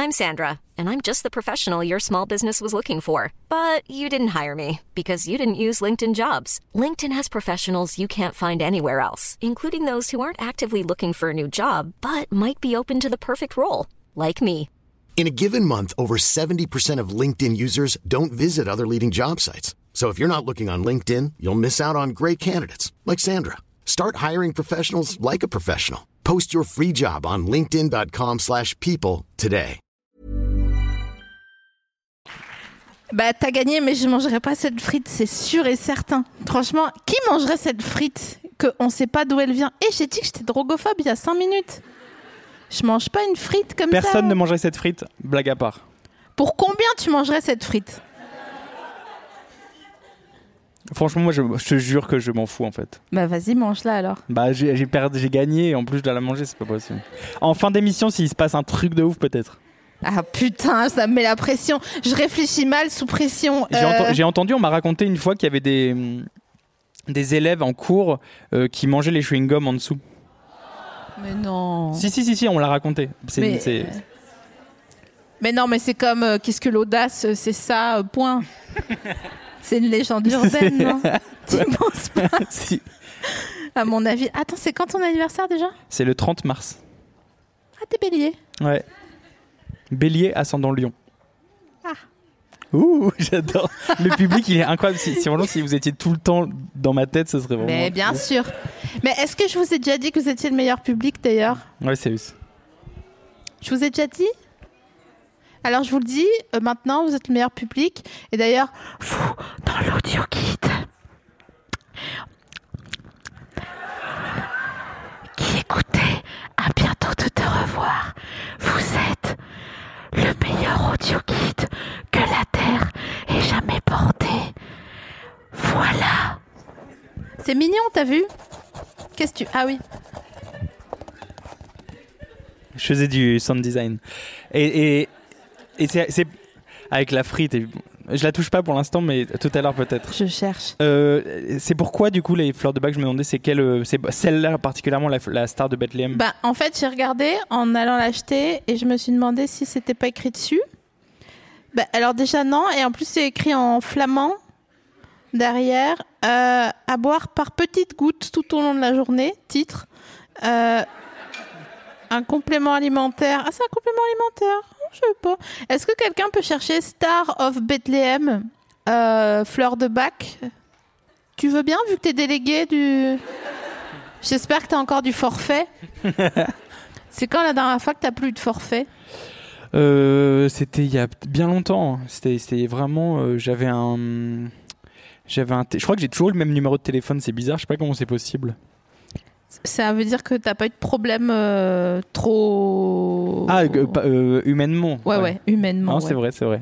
Speaker 6: I'm Sandra, and I'm just the professional your small business was looking for. But you didn't hire me because you didn't use LinkedIn jobs. LinkedIn has professionals you can't find anywhere else, including those who aren't actively looking for a new job but might be open to the perfect role, like me.
Speaker 7: In a given month, over 70% of LinkedIn users don't visit other leading job sites. So if you're not looking on LinkedIn, you'll miss out on great candidates like Sandra. Start hiring professionals like a professional. Post your free job on linkedin.com/people slash people today.
Speaker 3: Bah, t'as gagné, mais je mangerai pas cette frite, c'est sûr et certain. Franchement, qui mangerait cette frite que on sait pas d'où elle vient Et j'ai dit que j'étais drogophobe il y a 5 minutes. Je mange pas une frite comme ça.
Speaker 4: Personne ne mangerait cette frite, blague à part.
Speaker 3: Pour combien tu mangerais cette frite
Speaker 4: Franchement, moi, je, je te jure que je m'en fous en fait.
Speaker 3: Bah, vas-y, mange-la alors.
Speaker 4: Bah, j'ai j'ai perdu, j'ai gagné et en plus je dois la manger, c'est pas possible. En fin d'émission, s'il se passe un truc de ouf, peut-être.
Speaker 3: Ah putain, ça me met la pression. Je réfléchis mal sous pression.
Speaker 4: J'ai
Speaker 3: Euh,
Speaker 4: enten- j'ai entendu, on m'a raconté une fois qu'il y avait des, mm, hum, des élèves en cours euh, qui mangeaient les chewing-gums en dessous.
Speaker 3: Mais non.
Speaker 4: Si, si, si, si, on l'a raconté. C'est-
Speaker 3: Oh. Mais-
Speaker 4: c'est-
Speaker 3: Mais non, mais c'est comme euh, qu'est-ce que l'audace, euh, c'est ça, euh, point. c'est une légende urbaine, non Tu penses pas
Speaker 4: si.
Speaker 3: À mon avis. Attends, c'est quand ton anniversaire déjà
Speaker 4: C'est le 30 mars.
Speaker 3: Ah, t'es bélier.
Speaker 4: Ouais. Bélier ascendant lion.
Speaker 3: Ah.
Speaker 4: Ouh, j'adore. Le public, il est incroyable. Si, si vraiment, si vous étiez tout le temps dans ma tête, ce serait vraiment.
Speaker 3: Mais bien sûr. Mais est-ce que je vous ai déjà dit que vous étiez le meilleur public d'ailleurs
Speaker 4: Ouais, c'est juste.
Speaker 3: Je vous ai déjà dit Alors je vous le dis, euh, maintenant vous êtes le meilleur public. Et d'ailleurs, vous, dans l'audio guide, qui écoutez, à bientôt de te revoir, vous êtes le meilleur audio guide que la Terre ait jamais porté. Voilà. C'est mignon, t'as vu Qu'est-ce que tu... Ah oui.
Speaker 4: Je faisais du sound design. Et, et, et c'est c'est- avec la frite. et- je la touche pas pour l'instant, mais tout à l'heure peut-être.
Speaker 3: Je cherche.
Speaker 4: Euh, c'est pourquoi du coup les fleurs de bac, je me demandais c'est quelle, euh, c'est celle-là particulièrement la, la star de Bethléem.
Speaker 3: Bah, en fait, j'ai regardé en allant l'acheter et je me suis demandé si c'était pas écrit dessus. Bah, alors déjà non, et en plus c'est écrit en flamand derrière, euh, à boire par petites gouttes tout au long de la journée, titre. Euh, un complément alimentaire. Ah, c'est un complément alimentaire Oh, Je sais pas. Est-ce que quelqu'un peut chercher Star of Bethlehem, euh, fleur de bac Tu veux bien, vu que t'es délégué du... J'espère que t'as encore du forfait. C'est quand la dernière fois que t'as plus eu de forfait
Speaker 4: Euh, c'était il y a bien longtemps. hein. C'était, c'était vraiment. euh, j'avais un. J'avais un. t- Je crois que j'ai toujours eu le même numéro de téléphone. C'est bizarre. Je sais pas comment c'est possible.
Speaker 3: Ça veut dire que t'as pas eu de problème euh, trop.
Speaker 4: Ah, euh, pas- euh, humainement.
Speaker 3: Oh. ouais, ouais, humainement.
Speaker 4: Non,
Speaker 3: ouais.
Speaker 4: c'est vrai, c'est vrai.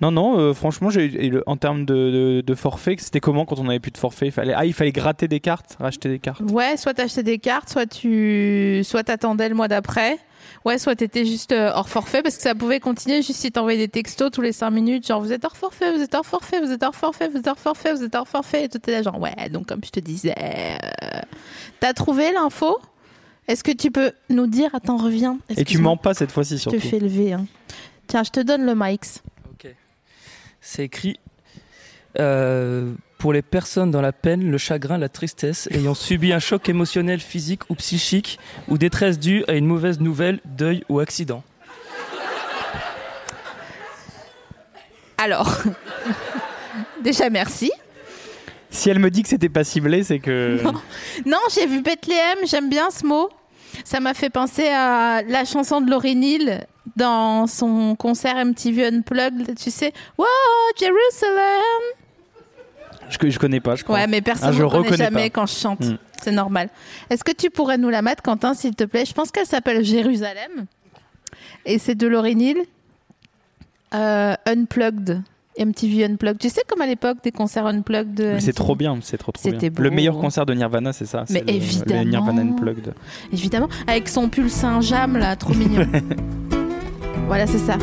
Speaker 4: Non, non. euh, franchement, j'ai, et le- en termes de, de, de forfait, c'était comment quand on n'avait plus de forfait il fallait, Ah, il fallait gratter des cartes, racheter des cartes.
Speaker 3: Ouais, soit t'achetais des cartes, soit tu, soit t'attendais le mois d'après. Ouais, soit t'étais juste euh, hors forfait parce que ça pouvait continuer juste si t'envoyais des textos tous les 5 minutes, genre vous êtes hors forfait, vous êtes hors forfait, vous êtes hors forfait, vous êtes hors forfait, vous êtes hors forfait, et tout était là genre ouais. Donc comme je te disais, euh, t'as trouvé l'info Est-ce que tu peux nous dire Attends, reviens.
Speaker 4: Et tu
Speaker 3: Excuse-moi.
Speaker 4: mens pas cette fois-ci,
Speaker 3: Je te
Speaker 4: surtout.
Speaker 3: fais lever. hein. Tiens, je te donne le mic.
Speaker 5: C'est écrit euh, pour les personnes dans la peine, le chagrin, la tristesse, ayant subi un choc émotionnel, physique ou psychique, ou détresse due à une mauvaise nouvelle, deuil ou accident.
Speaker 3: Alors, déjà merci.
Speaker 4: Si elle me dit que c'était pas ciblé, c'est que.
Speaker 3: Non, j'ai vu Bethléem, j'aime bien ce mot. Ça m'a fait penser à la chanson de Laurie Neal dans son concert MTV Unplugged, tu sais. Wow, Jerusalem
Speaker 4: Je, je connais pas, je crois.
Speaker 3: Ouais, mais personne
Speaker 4: Ah, je
Speaker 3: ne reconnaît
Speaker 4: reconnais
Speaker 3: jamais
Speaker 4: pas.
Speaker 3: quand je chante.
Speaker 4: Mm.
Speaker 3: C'est normal. Est-ce que tu pourrais nous la mettre, Quentin, s'il te plaît Je pense qu'elle s'appelle Jérusalem. Et c'est de Laurie Neal. Euh, unplugged. MTV Unplugged. Tu sais, comme à l'époque des concerts Unplugged. de
Speaker 4: Mais
Speaker 3: MTV.
Speaker 4: c'est trop bien, c'est trop trop bien.
Speaker 3: C'était beau.
Speaker 4: Le meilleur concert de Nirvana, c'est ça. c'est
Speaker 3: Mais
Speaker 4: le- le
Speaker 3: évidemment.
Speaker 4: Nirvana Unplugged.
Speaker 3: Évidemment, avec son pull Saint-James, là, trop mignon. voilà, c'est ça.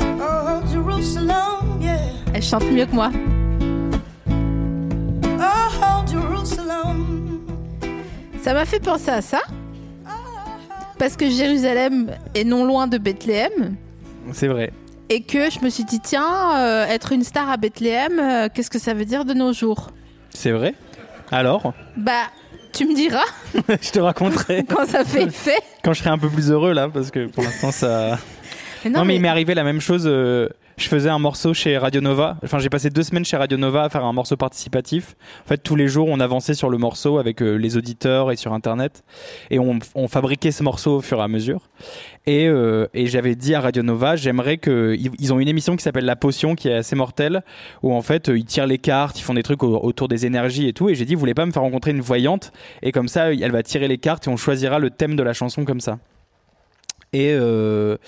Speaker 2: Oh, Jerusalem, yeah.
Speaker 3: Elle chante mieux que moi.
Speaker 2: Oh, Jerusalem.
Speaker 3: Ça m'a fait penser à ça. Parce que Jérusalem est non loin de Bethléem.
Speaker 4: C'est vrai.
Speaker 3: Et que je me suis dit, tiens, euh, être une star à Bethléem, euh, qu'est-ce que ça veut dire de nos jours
Speaker 4: C'est vrai. Alors,
Speaker 3: Bah, tu me diras
Speaker 4: je te raconterai
Speaker 3: quand ça fait effet.
Speaker 4: quand je serai un peu plus heureux là, parce que pour l'instant ça.
Speaker 3: Mais
Speaker 4: Non, mais, il m'est arrivé la même chose. euh, Je faisais un morceau chez Radio Nova. Enfin, j'ai passé deux semaines chez Radio Nova à faire un morceau participatif. En fait, tous les jours, on avançait sur le morceau avec euh, les auditeurs et sur Internet. Et on, on fabriquait ce morceau au fur et à mesure. Et, euh, et j'avais dit à Radio Nova, j'aimerais que. Ils ils ont une émission qui s'appelle La Potion, qui est assez mortelle, où en fait, euh, ils tirent les cartes, ils font des trucs au- autour des énergies et tout. Et j'ai dit, vous voulez pas me faire rencontrer une voyante Et comme ça, elle va tirer les cartes et on choisira le thème de la chanson comme ça. Et, euh,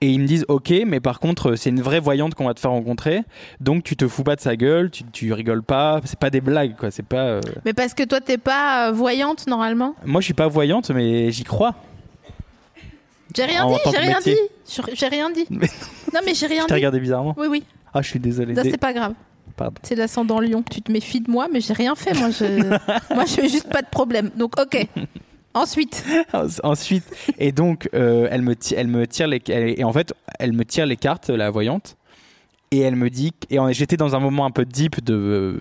Speaker 4: et ils me disent ok mais par contre euh, c'est une vraie voyante qu'on va te faire rencontrer donc tu te fous pas de sa gueule tu, tu rigoles pas c'est pas des blagues quoi c'est pas euh,
Speaker 3: Mais parce que toi, t'es pas euh, voyante normalement.
Speaker 4: moi je suis pas voyante mais j'y crois
Speaker 3: J'ai rien
Speaker 4: En
Speaker 3: dit,
Speaker 4: tant
Speaker 3: j'ai
Speaker 4: que
Speaker 3: rien
Speaker 4: métier.
Speaker 3: dit. J'ai- J'ai rien dit.
Speaker 4: Mais-
Speaker 3: non, mais j'ai rien
Speaker 4: je
Speaker 3: dit.
Speaker 4: t'ai regardé bizarrement
Speaker 3: Oui, oui.
Speaker 4: ah je suis désolé
Speaker 3: Ça,
Speaker 4: Dé-
Speaker 3: c'est pas grave.
Speaker 4: Pardon.
Speaker 3: C'est l'ascendant lion. Tu te méfies de moi, mais j'ai rien fait. Moi, je, moi, je fais juste pas de problème. Donc, ok. Ensuite,
Speaker 4: Ensuite, et donc, euh, elle, me ti- elle me tire les, elle- et en fait, elle me tire les cartes, la voyante, et elle me dit, et en- j'étais dans un moment un peu deep de euh,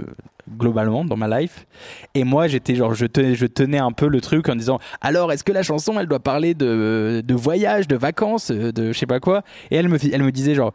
Speaker 4: globalement dans ma life, et moi j'étais genre, je tenais, je tenais un peu le truc en disant, alors est-ce que la chanson, elle doit parler de, de voyage, de vacances, euh, de je sais pas quoi, et elle me, fi- elle me disait genre.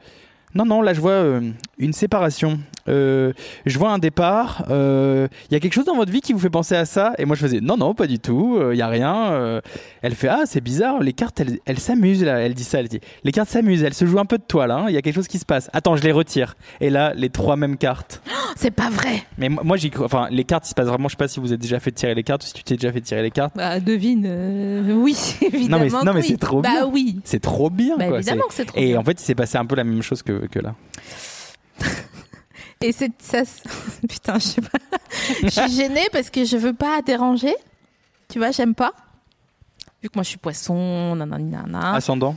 Speaker 4: Non, non, là je vois euh, une séparation. Euh, je vois un départ. Euh, Il y a quelque chose dans votre vie qui vous fait penser à ça Et moi je faisais non, non, pas du tout. Il y a rien. euh, elle fait ah c'est bizarre les cartes elles, elles s'amusent là elle dit ça elle dit les cartes s'amusent elles se jouent un peu de toi là hein. il y a quelque chose qui se passe attends je les retire et là les trois mêmes cartes
Speaker 3: c'est pas vrai.
Speaker 4: mais moi moi, j'y crois enfin les cartes il se passe vraiment je sais pas si vous êtes déjà fait tirer les cartes ou si tu t'es déjà fait tirer les cartes
Speaker 3: Bah, devine. euh, oui, évidemment.
Speaker 4: mais- non, mais
Speaker 3: que
Speaker 4: c'est
Speaker 3: oui.
Speaker 4: trop
Speaker 3: Bah
Speaker 4: bien.
Speaker 3: oui.
Speaker 4: c'est trop bien
Speaker 3: Bah,
Speaker 4: quoi
Speaker 3: évidemment
Speaker 4: C'est-
Speaker 3: que c'est trop
Speaker 4: et
Speaker 3: bien.
Speaker 4: en fait il s'est passé un peu la même chose que, que là
Speaker 3: Et c'est ça. s- Putain, je sais pas. je suis gênée parce que je veux pas déranger. Tu vois, j'aime pas. Vu que moi je suis poisson, nanani, nanana.
Speaker 4: ascendant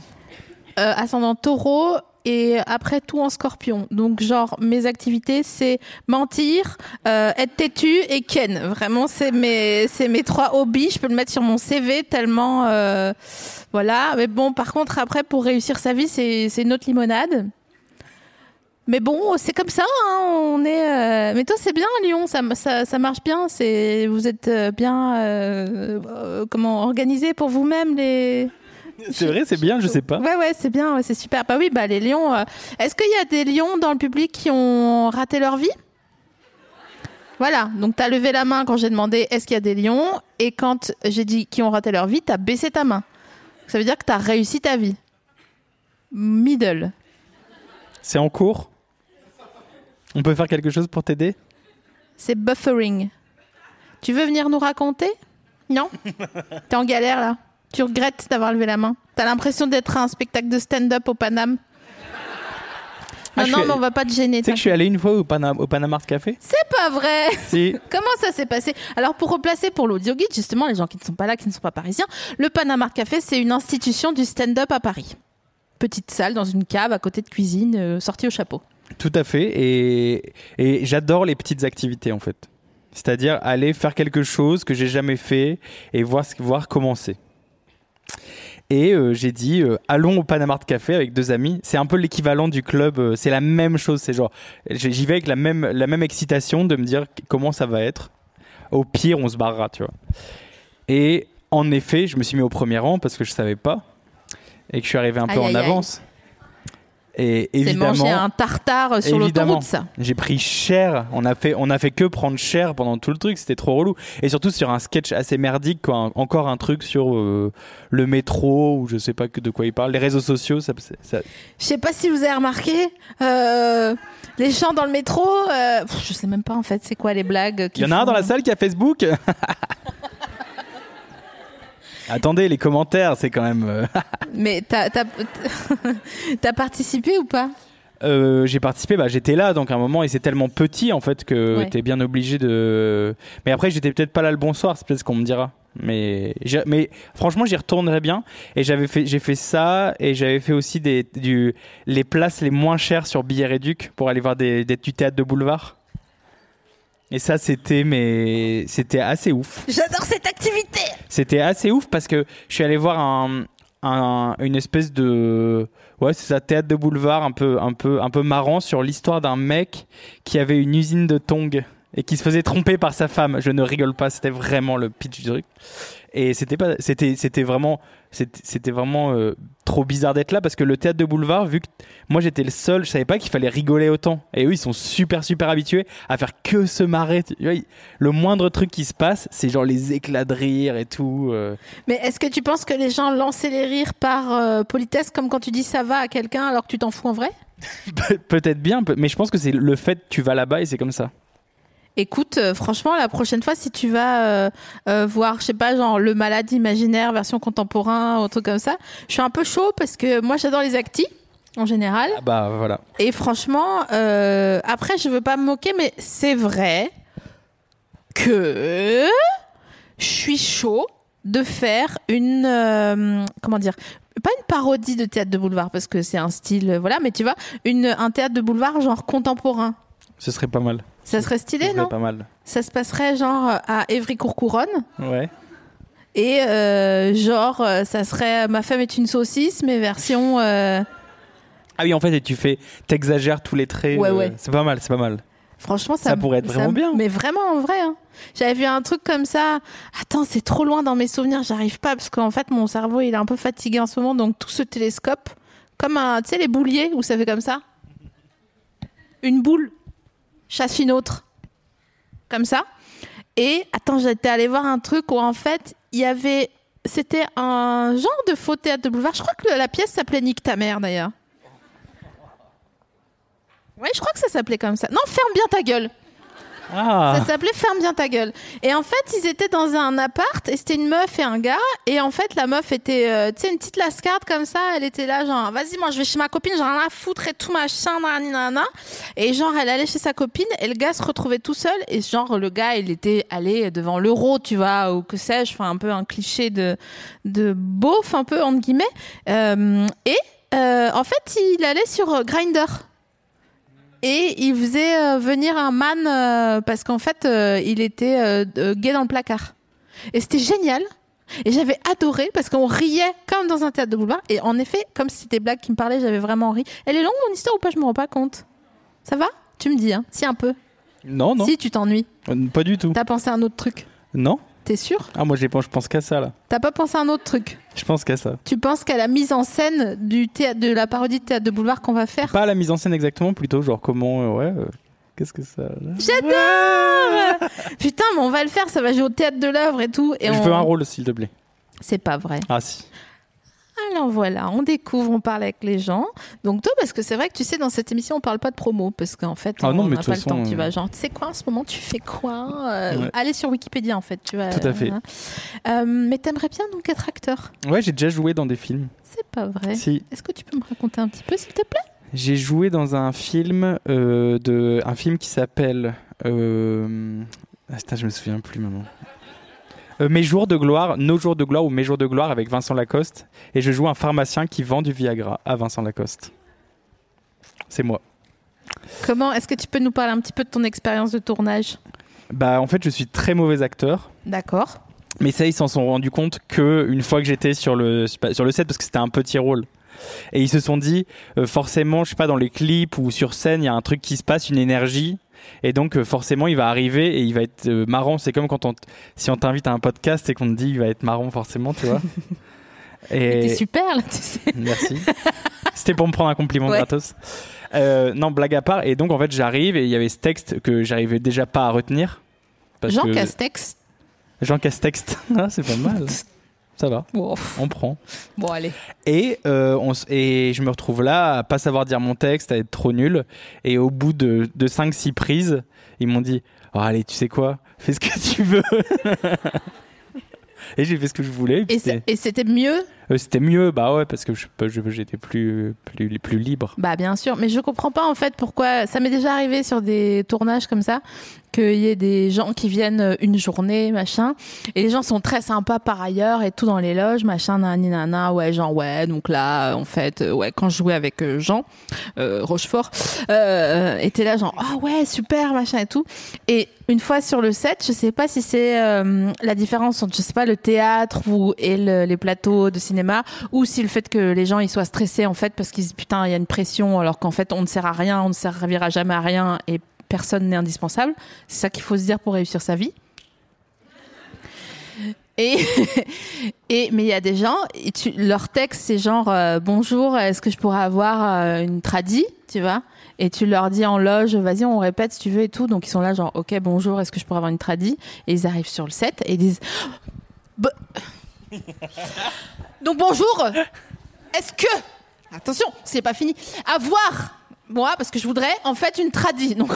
Speaker 3: Euh, ascendant taureau et après tout en scorpion. Donc, genre, mes activités, c'est mentir, euh, être têtu et ken. Vraiment, c'est mes, c'est mes trois hobbies. Je peux le mettre sur mon CV tellement. euh, voilà. Mais bon, par contre, après, pour réussir sa vie, c'est c'est une autre limonade. Mais bon, c'est comme ça. hein, on est. euh, Mais toi, c'est bien, Lyon. Ça, ça, ça marche bien. C'est vous êtes euh, bien. euh, euh, comment organisé pour vous-même les.
Speaker 4: c'est vrai c'est bien je sais pas
Speaker 3: Ouais, ouais, c'est bien, ouais, c'est super. Bah oui, bah les lions. euh, Est-ce qu'il y a des lions dans le public qui ont raté leur vie Voilà, donc t'as levé la main quand j'ai demandé est-ce qu'il y a des lions et quand j'ai dit qui ont raté leur vie, t'as baissé ta main. Ça veut dire que t'as réussi ta vie. Middle.
Speaker 4: c'est en cours on peut faire quelque chose pour t'aider
Speaker 3: C'est buffering. Tu veux venir nous raconter Non T'es en galère là. Tu regrettes d'avoir levé la main. T'as l'impression d'être à un spectacle de stand-up au Paname.
Speaker 4: Ah,
Speaker 3: Non,
Speaker 4: je
Speaker 3: non,
Speaker 4: suis-
Speaker 3: mais on va pas te gêner.
Speaker 4: tu sais que je suis allé une fois au Panama au Panama Art Café
Speaker 3: C'est pas vrai
Speaker 4: si
Speaker 3: Comment ça s'est passé Alors pour replacer pour l'audio guide, justement, les gens qui ne sont pas là, qui ne sont pas parisiens, le Panama Café, c'est une institution du stand-up à Paris. Petite salle dans une cave à côté de cuisine, euh, sortie au chapeau.
Speaker 4: Tout à fait. Et, et j'adore les petites activités, en fait. C'est-à-dire aller faire quelque chose que j'ai jamais fait et voir, ce- voir comment c'est. Et euh, j'ai dit, euh, allons au Panama de Café avec deux amis. C'est un peu l'équivalent du club. euh, c'est la même chose. C'est genre, j- j'y vais avec la même, la même excitation de me dire comment ça va être. Au pire, on se barrera, tu vois. Et en effet, je me suis mis au premier rang parce que je savais pas et que je suis arrivé un peu
Speaker 3: Aïe,
Speaker 4: en
Speaker 3: aïe, aïe.
Speaker 4: avance. Et
Speaker 3: C'est hein.
Speaker 4: évidemment,
Speaker 3: manger un tartare euh, sur
Speaker 4: Évidemment.
Speaker 3: l'autoroute, ça.
Speaker 4: j'ai pris cher. On a fait, on a fait que prendre cher pendant tout le truc. C'était trop relou. Et surtout sur un sketch assez merdique, quoi. Un- encore un truc sur euh, le métro ou je sais pas que- de quoi il parle. Les réseaux sociaux, ça, ça- ça-
Speaker 3: Je sais pas si vous avez remarqué, euh, les gens dans le métro, euh, pff, je sais même pas en fait c'est quoi les blagues.
Speaker 4: Il y en a un dans la salle qui a Facebook. Attendez, les commentaires, c'est quand même. euh,
Speaker 3: Mais t'as t'as- t'as participé ou pas
Speaker 4: Euh, j'ai participé, bah, j'étais là donc à un moment et c'est tellement petit en fait que
Speaker 3: Ouais.
Speaker 4: t'es bien obligé de. Mais après j'étais peut-être pas là le bon soir, c'est peut-être ce qu'on me dira. Mais, j'ai- mais franchement j'y retournerais bien et j'avais fait j'ai fait ça et j'avais fait aussi des du les places les moins chères sur billets réduc pour aller voir des, des- du théâtre de boulevard. Et ça c'était mais c'était assez ouf.
Speaker 3: J'adore cette activité.
Speaker 4: C'était assez ouf parce que je suis allé voir un, un- une espèce de ouais c'est ça théâtre de boulevard un peu un peu un peu marrant sur l'histoire d'un mec qui avait une usine de tongs et qui se faisait tromper par sa femme. Je ne rigole pas, c'était vraiment le pitch du truc. Et c'était pas c'était c'était vraiment c'était c'était vraiment euh, trop bizarre d'être là parce que le théâtre de boulevard vu que moi j'étais le seul, je savais pas qu'il fallait rigoler autant et eux ils sont super super habitués à faire que se marrer. Tu vois, ils- le moindre truc qui se passe, c'est genre les éclats de rire et tout. euh.
Speaker 3: Mais est-ce que tu penses que les gens lançaient les rires par euh, politesse, comme quand tu dis ça va à quelqu'un alors que tu t'en fous en vrai
Speaker 4: Pe- Peut-être bien, peu- mais je pense que c'est le fait que tu vas là-bas et c'est comme ça.
Speaker 3: Écoute, euh, franchement, la prochaine fois, si tu vas euh, euh, voir, je sais pas, genre le malade imaginaire version contemporain ou un truc comme ça, je suis un peu chaud parce que moi, j'adore les actis en général.
Speaker 4: Ah bah voilà.
Speaker 3: Et franchement, euh, après, je veux pas me moquer, mais c'est vrai que je suis chaud de faire une euh, comment dire pas une parodie de théâtre de boulevard parce que c'est un style euh, voilà mais tu vois une un théâtre de boulevard genre contemporain
Speaker 4: Ce serait pas mal.
Speaker 3: Ça serait
Speaker 4: Ce
Speaker 3: stylé,
Speaker 4: serait
Speaker 3: Eh non
Speaker 4: pas mal.
Speaker 3: Ça se passerait genre à Évry-Courcouronne.
Speaker 4: Ouais.
Speaker 3: Et euh, genre, euh, ça serait Ma femme est une saucisse, mais version. euh,
Speaker 4: Ah oui, en fait, et tu fais, t'exagères tous les traits.
Speaker 3: Ouais,
Speaker 4: euh,
Speaker 3: ouais.
Speaker 4: C'est pas mal, c'est pas mal.
Speaker 3: Franchement, ça,
Speaker 4: Ça
Speaker 3: me-
Speaker 4: pourrait être vraiment
Speaker 3: me-
Speaker 4: bien.
Speaker 3: Mais vraiment en vrai. hein. J'avais vu un truc comme ça. Attends, c'est trop loin dans mes souvenirs. J'arrive pas parce qu'en fait, mon cerveau, il est un peu fatigué en ce moment. Donc tout ce télescope, comme un, tu sais, les bouliers où ça fait comme ça. Une boule chasse une autre, comme ça. Et attends, j'étais allée voir un truc où en fait, il y avait, c'était un genre de faux théâtre de boulevard. Je crois que la pièce s'appelait Nique ta mère d'ailleurs. Ouais, je crois que ça s'appelait comme ça. Non, ferme bien ta gueule.
Speaker 4: Ah
Speaker 3: Ça s'appelait Ferme bien ta gueule. Et en fait, ils étaient dans un appart et c'était une meuf et un gars. Et en fait, la meuf était, euh, tu sais, une petite lascarde comme ça. Elle était là, genre, vas-y, moi je vais chez ma copine, j'en ai rien à foutre et tout, machin, nanani, nanana. Et genre, elle allait chez sa copine et le gars se retrouvait tout seul. Et genre, le gars, il était allé devant l'euro, tu vois, ou que sais-je, enfin, un peu un cliché de, de beauf, un peu, entre guillemets. Euh, et euh, en fait, il allait sur euh, Grindr. Et il faisait euh, venir un man euh, parce qu'en fait, euh, il était euh, euh, gay dans le placard. Et c'était génial. Et j'avais adoré parce qu'on riait comme dans un théâtre de boulevard. Et en effet, comme c'était des blagues qui me parlaient, j'avais vraiment ri. Elle est longue mon histoire ou pas Je me rends pas compte. Ça va Tu me dis, hein Si, un peu.
Speaker 4: Non, non,
Speaker 3: Si, tu t'ennuies.
Speaker 4: Euh, pas du tout.
Speaker 3: T'as pensé à un autre truc.
Speaker 4: Non
Speaker 3: T'es sûr
Speaker 4: Ah, moi, je pense, je pense qu'à ça, là.
Speaker 3: T'as pas pensé à un autre truc
Speaker 4: Je pense qu'à ça.
Speaker 3: Tu penses qu'à la mise en scène du théâtre, de la parodie de théâtre de boulevard qu'on va faire
Speaker 4: Pas la mise en scène exactement, plutôt genre comment, euh, ouais, euh, qu'est-ce que ça...
Speaker 3: J'adore Putain, mais on va le faire, ça va jouer au théâtre de l'œuvre et tout. Et
Speaker 4: je
Speaker 3: on...
Speaker 4: veux un rôle, s'il te plaît.
Speaker 3: C'est pas vrai.
Speaker 4: Ah si.
Speaker 3: Alors voilà, on découvre, on parle avec les gens. Donc toi, parce que c'est vrai que tu sais, dans cette émission, on parle pas de promo, parce qu'en fait,
Speaker 4: Ah
Speaker 3: on
Speaker 4: non, mais
Speaker 3: n'a
Speaker 4: de
Speaker 3: pas
Speaker 4: toute
Speaker 3: le temps.
Speaker 4: façon,
Speaker 3: Tu
Speaker 4: euh,
Speaker 3: vas genre, tu sais quoi, en ce moment, tu fais quoi Euh,
Speaker 4: Ouais.
Speaker 3: Allez sur Wikipédia, en fait, tu vas.
Speaker 4: Tout à fait.
Speaker 3: voilà. Euh, mais t'aimerais bien donc être acteur
Speaker 4: Ouais, j'ai déjà joué dans des films.
Speaker 3: C'est pas vrai.
Speaker 4: Si.
Speaker 3: Est-ce que tu peux me raconter un petit peu, s'il te plaît
Speaker 4: J'ai joué dans un film euh, de un film qui s'appelle euh, ah, putain, je me souviens plus maintenant. Euh, Mes jours de gloire, nos jours de gloire ou mes jours de gloire avec Vincent Lacoste et je joue un pharmacien qui vend du Viagra à Vincent Lacoste. C'est moi.
Speaker 3: Comment Est-ce que tu peux nous parler un petit peu de ton expérience de tournage
Speaker 4: Bah en fait, je suis très mauvais acteur.
Speaker 3: D'accord.
Speaker 4: Mais ça, ils s'en sont rendus compte que une fois que j'étais sur le sur le set, parce que c'était un petit rôle. Et ils se sont dit, euh, forcément, je sais pas, dans les clips ou sur scène, il y a un truc qui se passe, une énergie. Et donc, euh, forcément, il va arriver et il va être euh, marrant. C'est comme quand on, t- si on t'invite à un podcast et qu'on te dit, il va être marrant, forcément, tu vois.
Speaker 3: T'es super là, tu sais.
Speaker 4: Merci. C'était pour me prendre un compliment
Speaker 3: Ouais.
Speaker 4: gratos. Euh, non, blague à part. Et donc, en fait, j'arrive et il y avait ce texte que j'arrivais déjà pas à retenir. parce
Speaker 3: Jean
Speaker 4: que-
Speaker 3: Castex.
Speaker 4: Jean Castex. Ah, c'est pas mal. Ça va,
Speaker 3: Bon, pff,
Speaker 4: on prend.
Speaker 3: bon, allez.
Speaker 4: Et, euh, on s- et je me retrouve là à pas savoir dire mon texte, à être trop nul. Et au bout de, de 5-6 prises, ils m'ont dit Oh, Allez, tu sais quoi Fais ce que tu veux. et j'ai fait ce que je voulais.
Speaker 3: Et
Speaker 4: puis
Speaker 3: c'est-
Speaker 4: C'était
Speaker 3: et c'était mieux
Speaker 4: euh, c'était mieux, bah ouais, parce que je- je- j'étais plus, plus, plus libre.
Speaker 3: Bah bien sûr, mais je comprends pas en fait pourquoi ça m'est déjà arrivé sur des tournages comme ça qu'il y ait des gens qui viennent euh, une journée machin et les gens sont très sympas par ailleurs et tout dans les loges machin nani nana ouais genre ouais donc là euh, en fait euh, ouais quand je jouais avec euh, Jean euh, Rochefort euh, euh, était là genre ah ouais super machin et tout et une fois sur le set je sais pas si c'est euh, la différence entre je sais pas le théâtre ou et le- les plateaux de cinéma ou si le fait que les gens ils soient stressés en fait parce qu'ils se disent putain il y a une pression alors qu'en fait on ne sert à rien on ne servira jamais à rien et personne n'est indispensable c'est ça qu'il faut se dire pour réussir sa vie et, et mais il y a des gens et tu- leur texte c'est genre euh, bonjour est-ce que je pourrais avoir euh, une tradie tu vois et tu leur dis en loge vas-y on répète si tu veux et tout donc ils sont là genre ok bonjour est-ce que je pourrais avoir une tradie et ils arrivent sur le set et ils disent Bah- donc bonjour. Est-ce que attention, c'est pas fini. Avoir moi parce que je voudrais en fait une tradie. Donc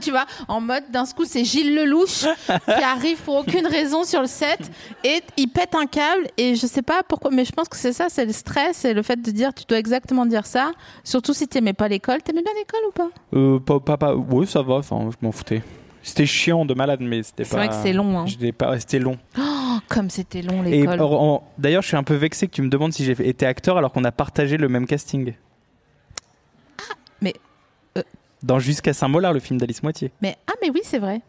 Speaker 3: tu vois, en mode d'un coup c'est Gilles Lelouch qui arrive pour aucune raison sur le set et il pète un câble et je sais pas pourquoi mais je pense que c'est ça, c'est le stress et le fait de dire tu dois exactement dire ça, surtout si t'aimais pas l'école, t'aimais bien l'école ou pas
Speaker 4: Euh, pas, pas, pas- ouais, ça va, enfin, je m'en foutais. C'était chiant de malade, mais c'était pas.
Speaker 3: C'est vrai que c'est long hein.
Speaker 4: j'étais pas- ouais, c'était long.
Speaker 3: Oh, comme c'était long
Speaker 4: Et
Speaker 3: l'école.
Speaker 4: or- en- d'ailleurs, je suis un peu vexé que tu me demandes si j'ai
Speaker 3: Ah, euh.
Speaker 4: été acteur alors qu'on a partagé le même casting. dans Jusqu'à Saint-Molard, le film d'Alice Moitié.
Speaker 3: Mais ah, mais oui, c'est vrai.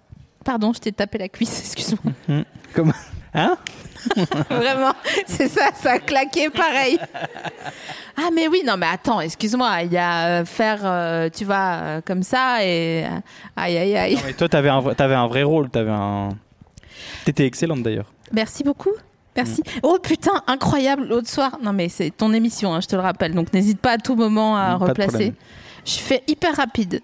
Speaker 3: Pardon, je t'ai tapé la cuisse, excuse-moi.
Speaker 4: Comme... Hein
Speaker 3: Vraiment, c'est ça, ça a claqué pareil. Ah, mais oui, non, mais attends, excuse-moi, il y a euh, faire, euh, tu vois, euh, comme ça et. euh, Aïe, aïe, aïe.
Speaker 4: Non, mais toi, t'avais un, vrai- t'avais un vrai rôle, t'avais un. T'étais excellente d'ailleurs.
Speaker 3: Merci beaucoup. Merci. Oh putain, incroyable l'autre soir. Non mais c'est ton émission, hein, je te le rappelle. Donc n'hésite pas à tout moment à
Speaker 4: Mm, pas de
Speaker 3: replacer.
Speaker 4: problème.
Speaker 3: Je fais hyper rapide.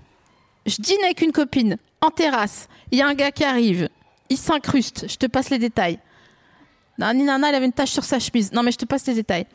Speaker 3: Je dîne avec une copine en terrasse. Il y a un gars qui arrive. Il s'incruste. Je te passe les détails. Nani nana, il avait une tache sur sa chemise. Non mais je te passe les détails.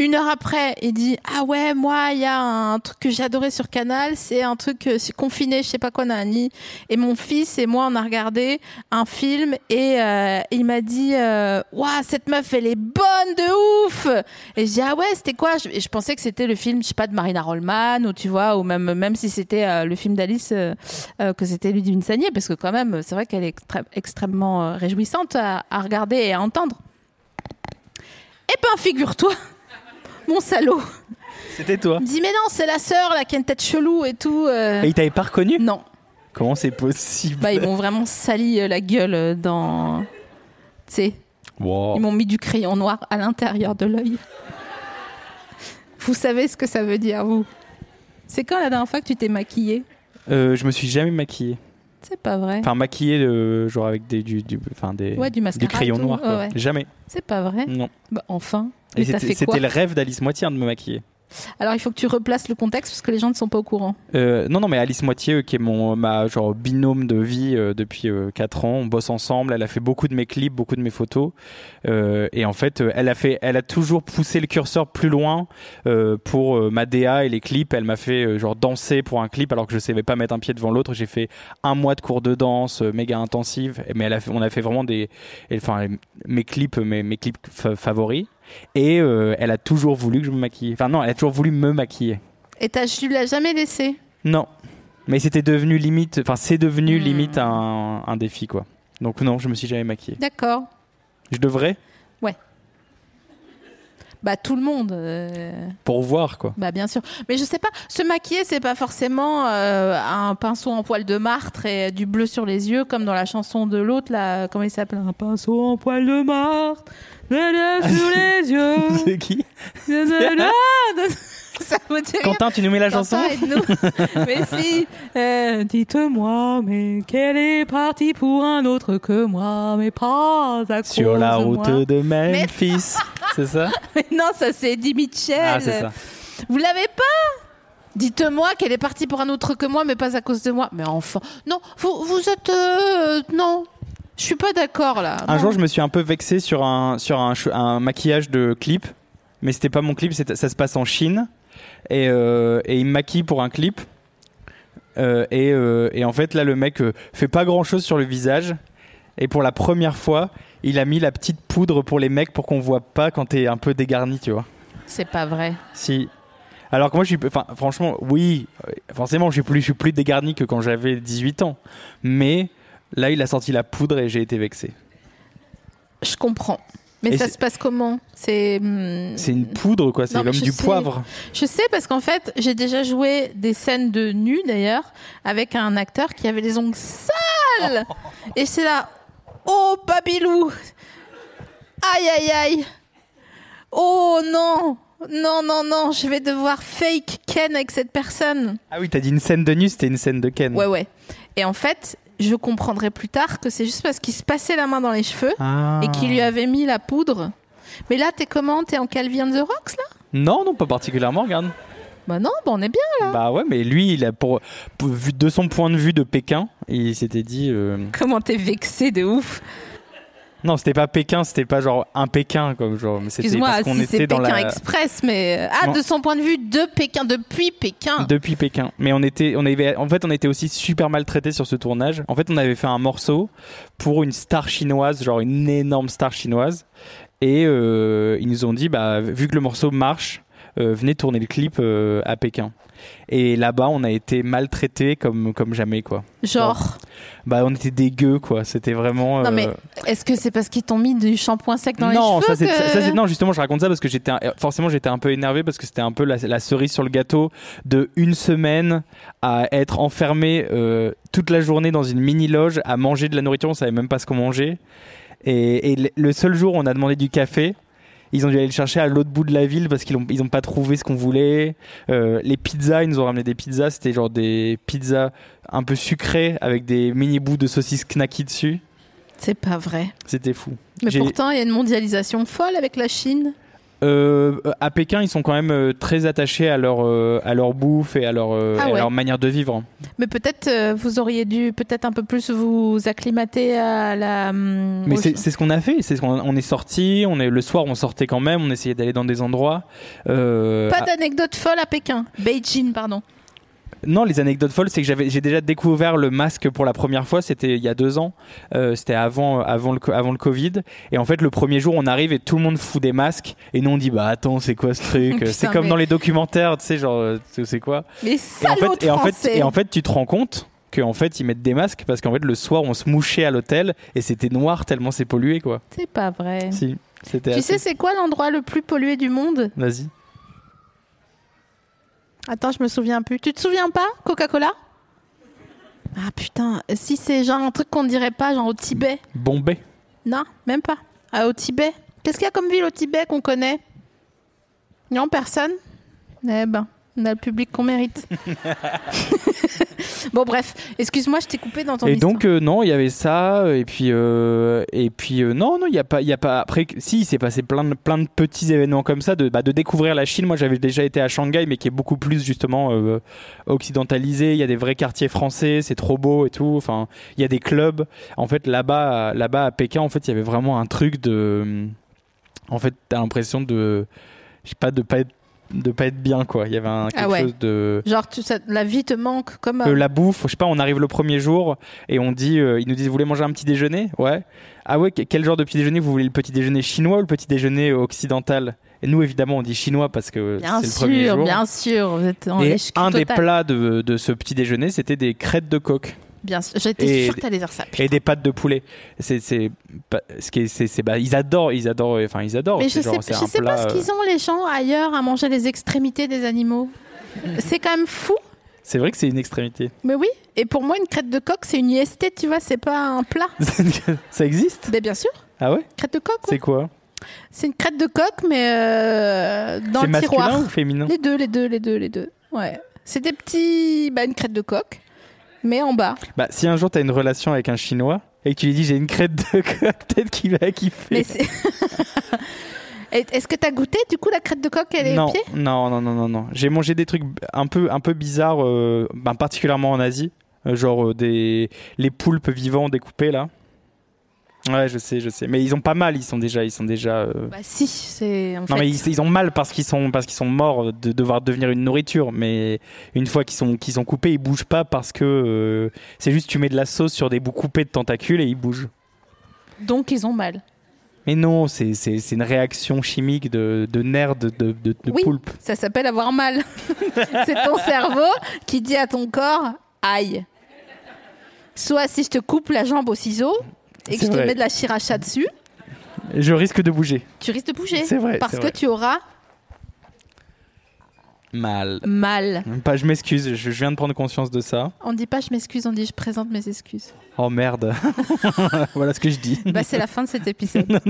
Speaker 3: Une heure après, il dit Ah ouais, moi, il y a un truc que j'ai adoré sur Canal, c'est un truc euh, c'est confiné, je sais pas quoi, Nani. Et mon fils et moi, on a regardé un film et euh, il m'a dit euh, Waouh, cette meuf, elle est bonne de ouf Et je dis Ah ouais, c'était quoi je, et je pensais que c'était le film, je sais pas, de Marina Rollman ou tu vois, ou même, même si c'était euh, le film d'Alice, euh, euh, que c'était Ludivine Sagnier, parce que quand même, c'est vrai qu'elle est extré- extrêmement euh, réjouissante à, à regarder et à entendre. Eh ben, figure-toi, mon salaud
Speaker 4: C'était toi.
Speaker 3: Il me dit Mais non, c'est la sœur là qui a une tête chelou et tout. euh.
Speaker 4: Et il t'avait pas reconnu
Speaker 3: Non.
Speaker 4: Comment c'est possible
Speaker 3: Bah, ils m'ont vraiment sali euh, la gueule euh, dans. Tu sais,
Speaker 4: Wow.
Speaker 3: ils m'ont mis du crayon noir à l'intérieur de l'œil. Vous savez ce que ça veut dire, vous C'est quand la dernière fois que tu t'es maquillée
Speaker 4: Euh, je me suis jamais maquillée.
Speaker 3: C'est pas vrai.
Speaker 4: Enfin, maquillée, euh, genre avec des, du, du- enfin, des,
Speaker 3: Ouais, du mascara et
Speaker 4: crayon
Speaker 3: tout.
Speaker 4: noir. quoi.
Speaker 3: Ouais, ouais.
Speaker 4: Jamais.
Speaker 3: C'est pas vrai.
Speaker 4: Non.
Speaker 3: Bah, enfin.
Speaker 4: Et
Speaker 3: Mais t'as
Speaker 4: c'était
Speaker 3: fait quoi
Speaker 4: c'était le rêve d'Alice Moitié hein, de me maquiller.
Speaker 3: Alors, il faut que tu replaces le contexte parce que les gens ne sont pas au courant.
Speaker 4: Euh, non, non, mais Alice Moitié, euh, qui est mon ma genre binôme de vie euh, depuis 4 ans, on bosse ensemble. Elle a fait beaucoup de mes clips, beaucoup de mes photos, Euh, et en fait, euh, elle a fait, elle a toujours poussé le curseur plus loin euh, pour euh, ma DA et les clips. Elle m'a fait euh, genre danser pour un clip alors que je savais pas mettre un pied devant l'autre. J'ai fait un mois de cours de danse euh, méga intensive, mais elle a fait- on a fait vraiment des, et- enfin mes clips, mes, mes clips fa- favoris. Et euh, elle a toujours voulu que je me maquille. Enfin non, elle a toujours voulu me maquiller.
Speaker 3: Et t'as, tu l'as jamais laissé
Speaker 4: Non. Mais c'était devenu limite, enfin c'est
Speaker 3: Hmm.
Speaker 4: devenu limite un, un défi quoi. Donc non, je me suis jamais maquillé.
Speaker 3: D'accord.
Speaker 4: Je devrais
Speaker 3: Bah, tout le monde. euh,
Speaker 4: pour voir quoi.
Speaker 3: Bah bien sûr, mais je sais pas. Se maquiller, c'est pas forcément euh, un pinceau en poil de martre et du bleu sur les yeux comme dans la chanson de l'autre là. Comment il s'appelle Un pinceau en poil de martre, de bleu sur les yeux.
Speaker 4: C'est qui
Speaker 3: de- de- de- de- Ça vous dit rien
Speaker 4: Quentin, tu nous mets la chanson
Speaker 3: Quentin, aide-nous. mais si, euh, dites-moi, mais qu'elle est partie pour un autre que moi, mais pas à cause
Speaker 4: Sur la
Speaker 3: de
Speaker 4: route
Speaker 3: moi.
Speaker 4: de Memphis. c'est ça
Speaker 3: Mais non, ça c'est Eddie Mitchell.
Speaker 4: Ah, c'est ça.
Speaker 3: Vous l'avez pas Dites-moi qu'elle est partie pour un autre que moi, mais pas à cause de moi. Mais enfin, non, vous, vous êtes... euh, euh, non, je suis pas d'accord là.
Speaker 4: Un
Speaker 3: Non.
Speaker 4: jour, je me suis un peu vexé sur un, sur un, che- un maquillage de clip, mais c'était pas mon clip, c'était- ça se passe en Chine. Et, euh, et il me maquille pour un clip. Euh, et, euh, et en fait, là, le mec euh, fait pas grand chose sur le visage. Et pour la première fois, il a mis la petite poudre pour les mecs pour qu'on voit pas quand t'es un peu dégarni, tu vois.
Speaker 3: C'est pas vrai.
Speaker 4: Si. Alors que moi, je suis. Enfin, franchement, oui, euh, forcément, je suis plus, je suis plus dégarni que quand j'avais 18 ans. Mais là, il a sorti la poudre et j'ai été vexé.
Speaker 3: Je comprends. Mais
Speaker 4: Et
Speaker 3: ça
Speaker 4: c'est-
Speaker 3: se passe comment C'est... hum,
Speaker 4: C'est une poudre, quoi. C'est
Speaker 3: Non, mais
Speaker 4: l'homme
Speaker 3: je
Speaker 4: du
Speaker 3: sais.
Speaker 4: poivre.
Speaker 3: Je sais parce qu'en fait, j'ai déjà joué des scènes de nu d'ailleurs avec un acteur qui avait les ongles sales. Et c'est là, oh Babilou, aïe aïe aïe, oh non, non non non, je vais devoir fake Ken avec cette personne.
Speaker 4: Ah oui, t'as dit une scène de nu, c'était une scène de Ken.
Speaker 3: Ouais ouais. Et en fait, je comprendrai plus tard que c'est juste parce qu'il se passait la main dans les cheveux
Speaker 4: Ah.
Speaker 3: et qu'il lui avait mis la poudre. Mais là, t'es comment T'es en Calvin the Rocks là
Speaker 4: Non, non, pas particulièrement, regarde.
Speaker 3: Bah non, bah on est bien.
Speaker 4: Bah ouais, mais lui, il a pour, pour- vu de son point de vue de Pékin, il s'était dit. euh,
Speaker 3: Comment t'es vexé de ouf
Speaker 4: Non, c'était pas Pékin, c'était pas genre un Pékin, comme genre. mais C'était
Speaker 3: Excuse-moi,
Speaker 4: parce qu'on
Speaker 3: si c'est
Speaker 4: était dans
Speaker 3: Pékin
Speaker 4: la.
Speaker 3: Express, mais ah,
Speaker 4: Non.
Speaker 3: de son point de vue, de Pékin, depuis Pékin.
Speaker 4: Depuis Pékin. Mais on était, on avait, en fait, on était aussi super maltraités sur ce tournage. En fait, on avait fait un morceau pour une star chinoise, genre une énorme star chinoise. Et euh, ils nous ont dit, bah, vu que le morceau marche, euh, venez tourner le clip euh, à Pékin. Et là-bas, on a été maltraités comme, comme jamais, quoi.
Speaker 3: Genre,
Speaker 4: Bah, on était dégueux, quoi. C'était vraiment.
Speaker 3: non
Speaker 4: euh,
Speaker 3: mais est-ce que c'est parce qu'ils t'ont mis du shampoing sec dans
Speaker 4: non,
Speaker 3: les
Speaker 4: ça
Speaker 3: cheveux
Speaker 4: c'est
Speaker 3: que-
Speaker 4: ça, c'est- non justement je raconte ça parce que j'étais un- forcément j'étais un peu énervé parce que c'était un peu la, la cerise sur le gâteau de une semaine à être enfermé euh, toute la journée dans une mini loge à manger de la nourriture on savait même pas ce qu'on mangeait et, et le- le seul jour où on a demandé du café ils ont dû aller le chercher à l'autre bout de la ville parce qu'ils n'ont ils ont pas trouvé ce qu'on voulait. Euh, les pizzas, ils nous ont ramené des pizzas. C'était genre des pizzas un peu sucrées avec des mini bouts de saucisses knacky dessus.
Speaker 3: C'est pas vrai.
Speaker 4: C'était fou.
Speaker 3: Mais
Speaker 4: J'ai-
Speaker 3: pourtant, il y a une mondialisation folle avec la Chine.
Speaker 4: Euh, à Pékin, ils sont quand même euh, très attachés à leur, euh, à leur bouffe et à leur, euh,
Speaker 3: Ah
Speaker 4: et à
Speaker 3: ouais.
Speaker 4: leur manière de vivre.
Speaker 3: Mais peut-être euh, vous auriez dû peut-être un peu plus vous acclimater à la. hum,
Speaker 4: Mais
Speaker 3: au-
Speaker 4: c'est c'est ce qu'on a fait. C'est ce qu'on on est sorti. On est le soir, on sortait quand même. On essayait d'aller dans des endroits. Euh,
Speaker 3: Pas
Speaker 4: ah,
Speaker 3: d'anecdote folle à Pékin. Beijing, pardon.
Speaker 4: non, les anecdotes folles, c'est que j'avais j'ai déjà découvert le masque pour la première fois. C'était il y a deux ans. Euh, C'était avant avant le co- avant le Covid. Et en fait, le premier jour, on arrive et tout le monde fout des masques. Et nous, on dit bah attends, c'est quoi ce truc
Speaker 3: Putain,
Speaker 4: C'est comme
Speaker 3: mais-
Speaker 4: dans les documentaires, tu sais, genre euh, c'est quoi
Speaker 3: Les
Speaker 4: Et en,
Speaker 3: salauds
Speaker 4: fait,
Speaker 3: de
Speaker 4: et, en fait,
Speaker 3: français.
Speaker 4: et en fait, tu te rends compte qu'en fait, ils mettent des masques parce qu'en fait, le soir, on se mouchait à l'hôtel et c'était noir tellement c'est pollué, quoi.
Speaker 3: C'est pas vrai.
Speaker 4: Si, c'était
Speaker 3: Tu sais,
Speaker 4: assez-
Speaker 3: c'est quoi l'endroit le plus pollué du monde
Speaker 4: Vas-y.
Speaker 3: Attends, je me souviens plus. Tu te souviens pas Coca-Cola Ah putain, si c'est genre un truc qu'on ne dirait pas, genre au Tibet.
Speaker 4: Bombay.
Speaker 3: Non, même pas. Ah, au Tibet. Qu'est-ce qu'il y a comme ville au Tibet qu'on connaît Non, personne Eh ben, on a le public qu'on mérite. bon, bref, excuse-moi, je t'ai coupé dans ton
Speaker 4: Et
Speaker 3: histoire.
Speaker 4: donc, euh, non, il y avait ça. euh, Et puis, euh, et puis euh, non, non, il n'y a, pas- il y a pas. Après, si, il s'est passé plein de, plein de petits événements comme ça, de, bah, de découvrir la Chine. Moi, j'avais déjà été à Shanghai, mais qui est beaucoup plus, justement, euh, occidentalisé. Il y a des vrais quartiers français, c'est trop beau et tout. Enfin, il y a des clubs. En fait, là-bas, là-bas à Pékin, en fait, il y avait vraiment un truc de. En fait, t'as l'impression de. Je sais pas, de pas être, de pas être bien, quoi. Il y avait un, quelque
Speaker 3: Ah ouais.
Speaker 4: chose de.
Speaker 3: Genre, tu- ça- la vie te manque comme.
Speaker 4: Euh, la bouffe, je sais pas, on arrive le premier jour et on dit, euh, ils nous disent, vous voulez manger un petit déjeuner Ouais. Ah ouais, que- quel genre de petit déjeuner Vous voulez le petit déjeuner chinois ou le petit déjeuner occidental Et nous, évidemment, on dit chinois parce que
Speaker 3: bien
Speaker 4: c'est le premier
Speaker 3: sûr,
Speaker 4: jour.
Speaker 3: bien sûr. Vous êtes en
Speaker 4: Et
Speaker 3: échec
Speaker 4: un des
Speaker 3: total.
Speaker 4: plats de, de ce petit déjeuner, c'était des crêtes de coque
Speaker 3: Bien sûr, j'étais
Speaker 4: Et-
Speaker 3: sûre que t'allais dire ça.
Speaker 4: et des pâtes de poulet. C'est, c'est, pas- ce qui est- c'est, c'est- bah, ils adorent, ils adorent, enfin, ils adorent.
Speaker 3: Mais
Speaker 4: Oh, C'est
Speaker 3: je
Speaker 4: genre,
Speaker 3: sais,
Speaker 4: c'est
Speaker 3: je
Speaker 4: un
Speaker 3: sais
Speaker 4: plat,
Speaker 3: pas ce
Speaker 4: euh,
Speaker 3: qu'ils ont les gens ailleurs à manger les extrémités des animaux. c'est quand même fou.
Speaker 4: C'est vrai que c'est une extrémité.
Speaker 3: Mais oui. Et pour moi, une crête de coq, c'est une IST, tu vois, c'est pas un plat.
Speaker 4: ça existe
Speaker 3: Mais bien sûr,
Speaker 4: Ah ouais
Speaker 3: crête de coq. ouais.
Speaker 4: C'est quoi
Speaker 3: C'est une crête de coq, mais euh, dans
Speaker 4: C'est
Speaker 3: le
Speaker 4: masculin
Speaker 3: tiroir.
Speaker 4: ou féminin
Speaker 3: Les deux, les deux, les deux, les deux. Ouais. C'est des petits. Bah, une crête de coq, mais en bas.
Speaker 4: Bah, si un jour t'as une relation avec un chinois et que tu lui dis j'ai une crête de coq, peut-être qu'il va
Speaker 3: Mais
Speaker 4: kiffer.
Speaker 3: c'est. Et- Est-ce que t'as goûté du coup la crête de coq Elle est
Speaker 4: non,
Speaker 3: pieds
Speaker 4: non, non, non, non, non. J'ai mangé des trucs un peu, un peu bizarres, euh, ben, particulièrement en Asie, Euh, genre euh, des les poulpes vivants découpés là. Ouais, je sais, je sais. Mais ils ont pas mal, ils sont déjà, ils sont déjà. euh,
Speaker 3: Bah si, c'est. en
Speaker 4: Non
Speaker 3: fait-
Speaker 4: mais ils, ils ont mal parce qu'ils sont parce qu'ils sont morts de devoir devenir une nourriture. Mais une fois qu'ils sont qu'ils sont coupés, ils bougent pas parce que euh, c'est juste tu mets de la sauce sur des bouts coupés de tentacules et ils bougent.
Speaker 3: Donc ils ont mal.
Speaker 4: Mais non, c'est c'est- c'est une réaction chimique de, de nerfs de, de, de- de
Speaker 3: Oui.
Speaker 4: poulpe.
Speaker 3: Ça s'appelle avoir mal. c'est ton cerveau qui dit à ton corps aïe. Soit si je te coupe la jambe au ciseau et que
Speaker 4: C'est
Speaker 3: je te
Speaker 4: vrai.
Speaker 3: mets de la chiracha dessus,
Speaker 4: Je risque de bouger.
Speaker 3: tu risques de bouger.
Speaker 4: C'est vrai,
Speaker 3: Parce
Speaker 4: c'est
Speaker 3: que
Speaker 4: vrai.
Speaker 3: tu auras
Speaker 4: Mal.
Speaker 3: mal.
Speaker 4: Pas, Bah, je m'excuse, je, je viens de prendre conscience de ça.
Speaker 3: On dit pas je m'excuse, on dit je présente mes excuses.
Speaker 4: Oh merde. voilà ce que je dis.
Speaker 3: Bah, c'est la fin de cet épisode.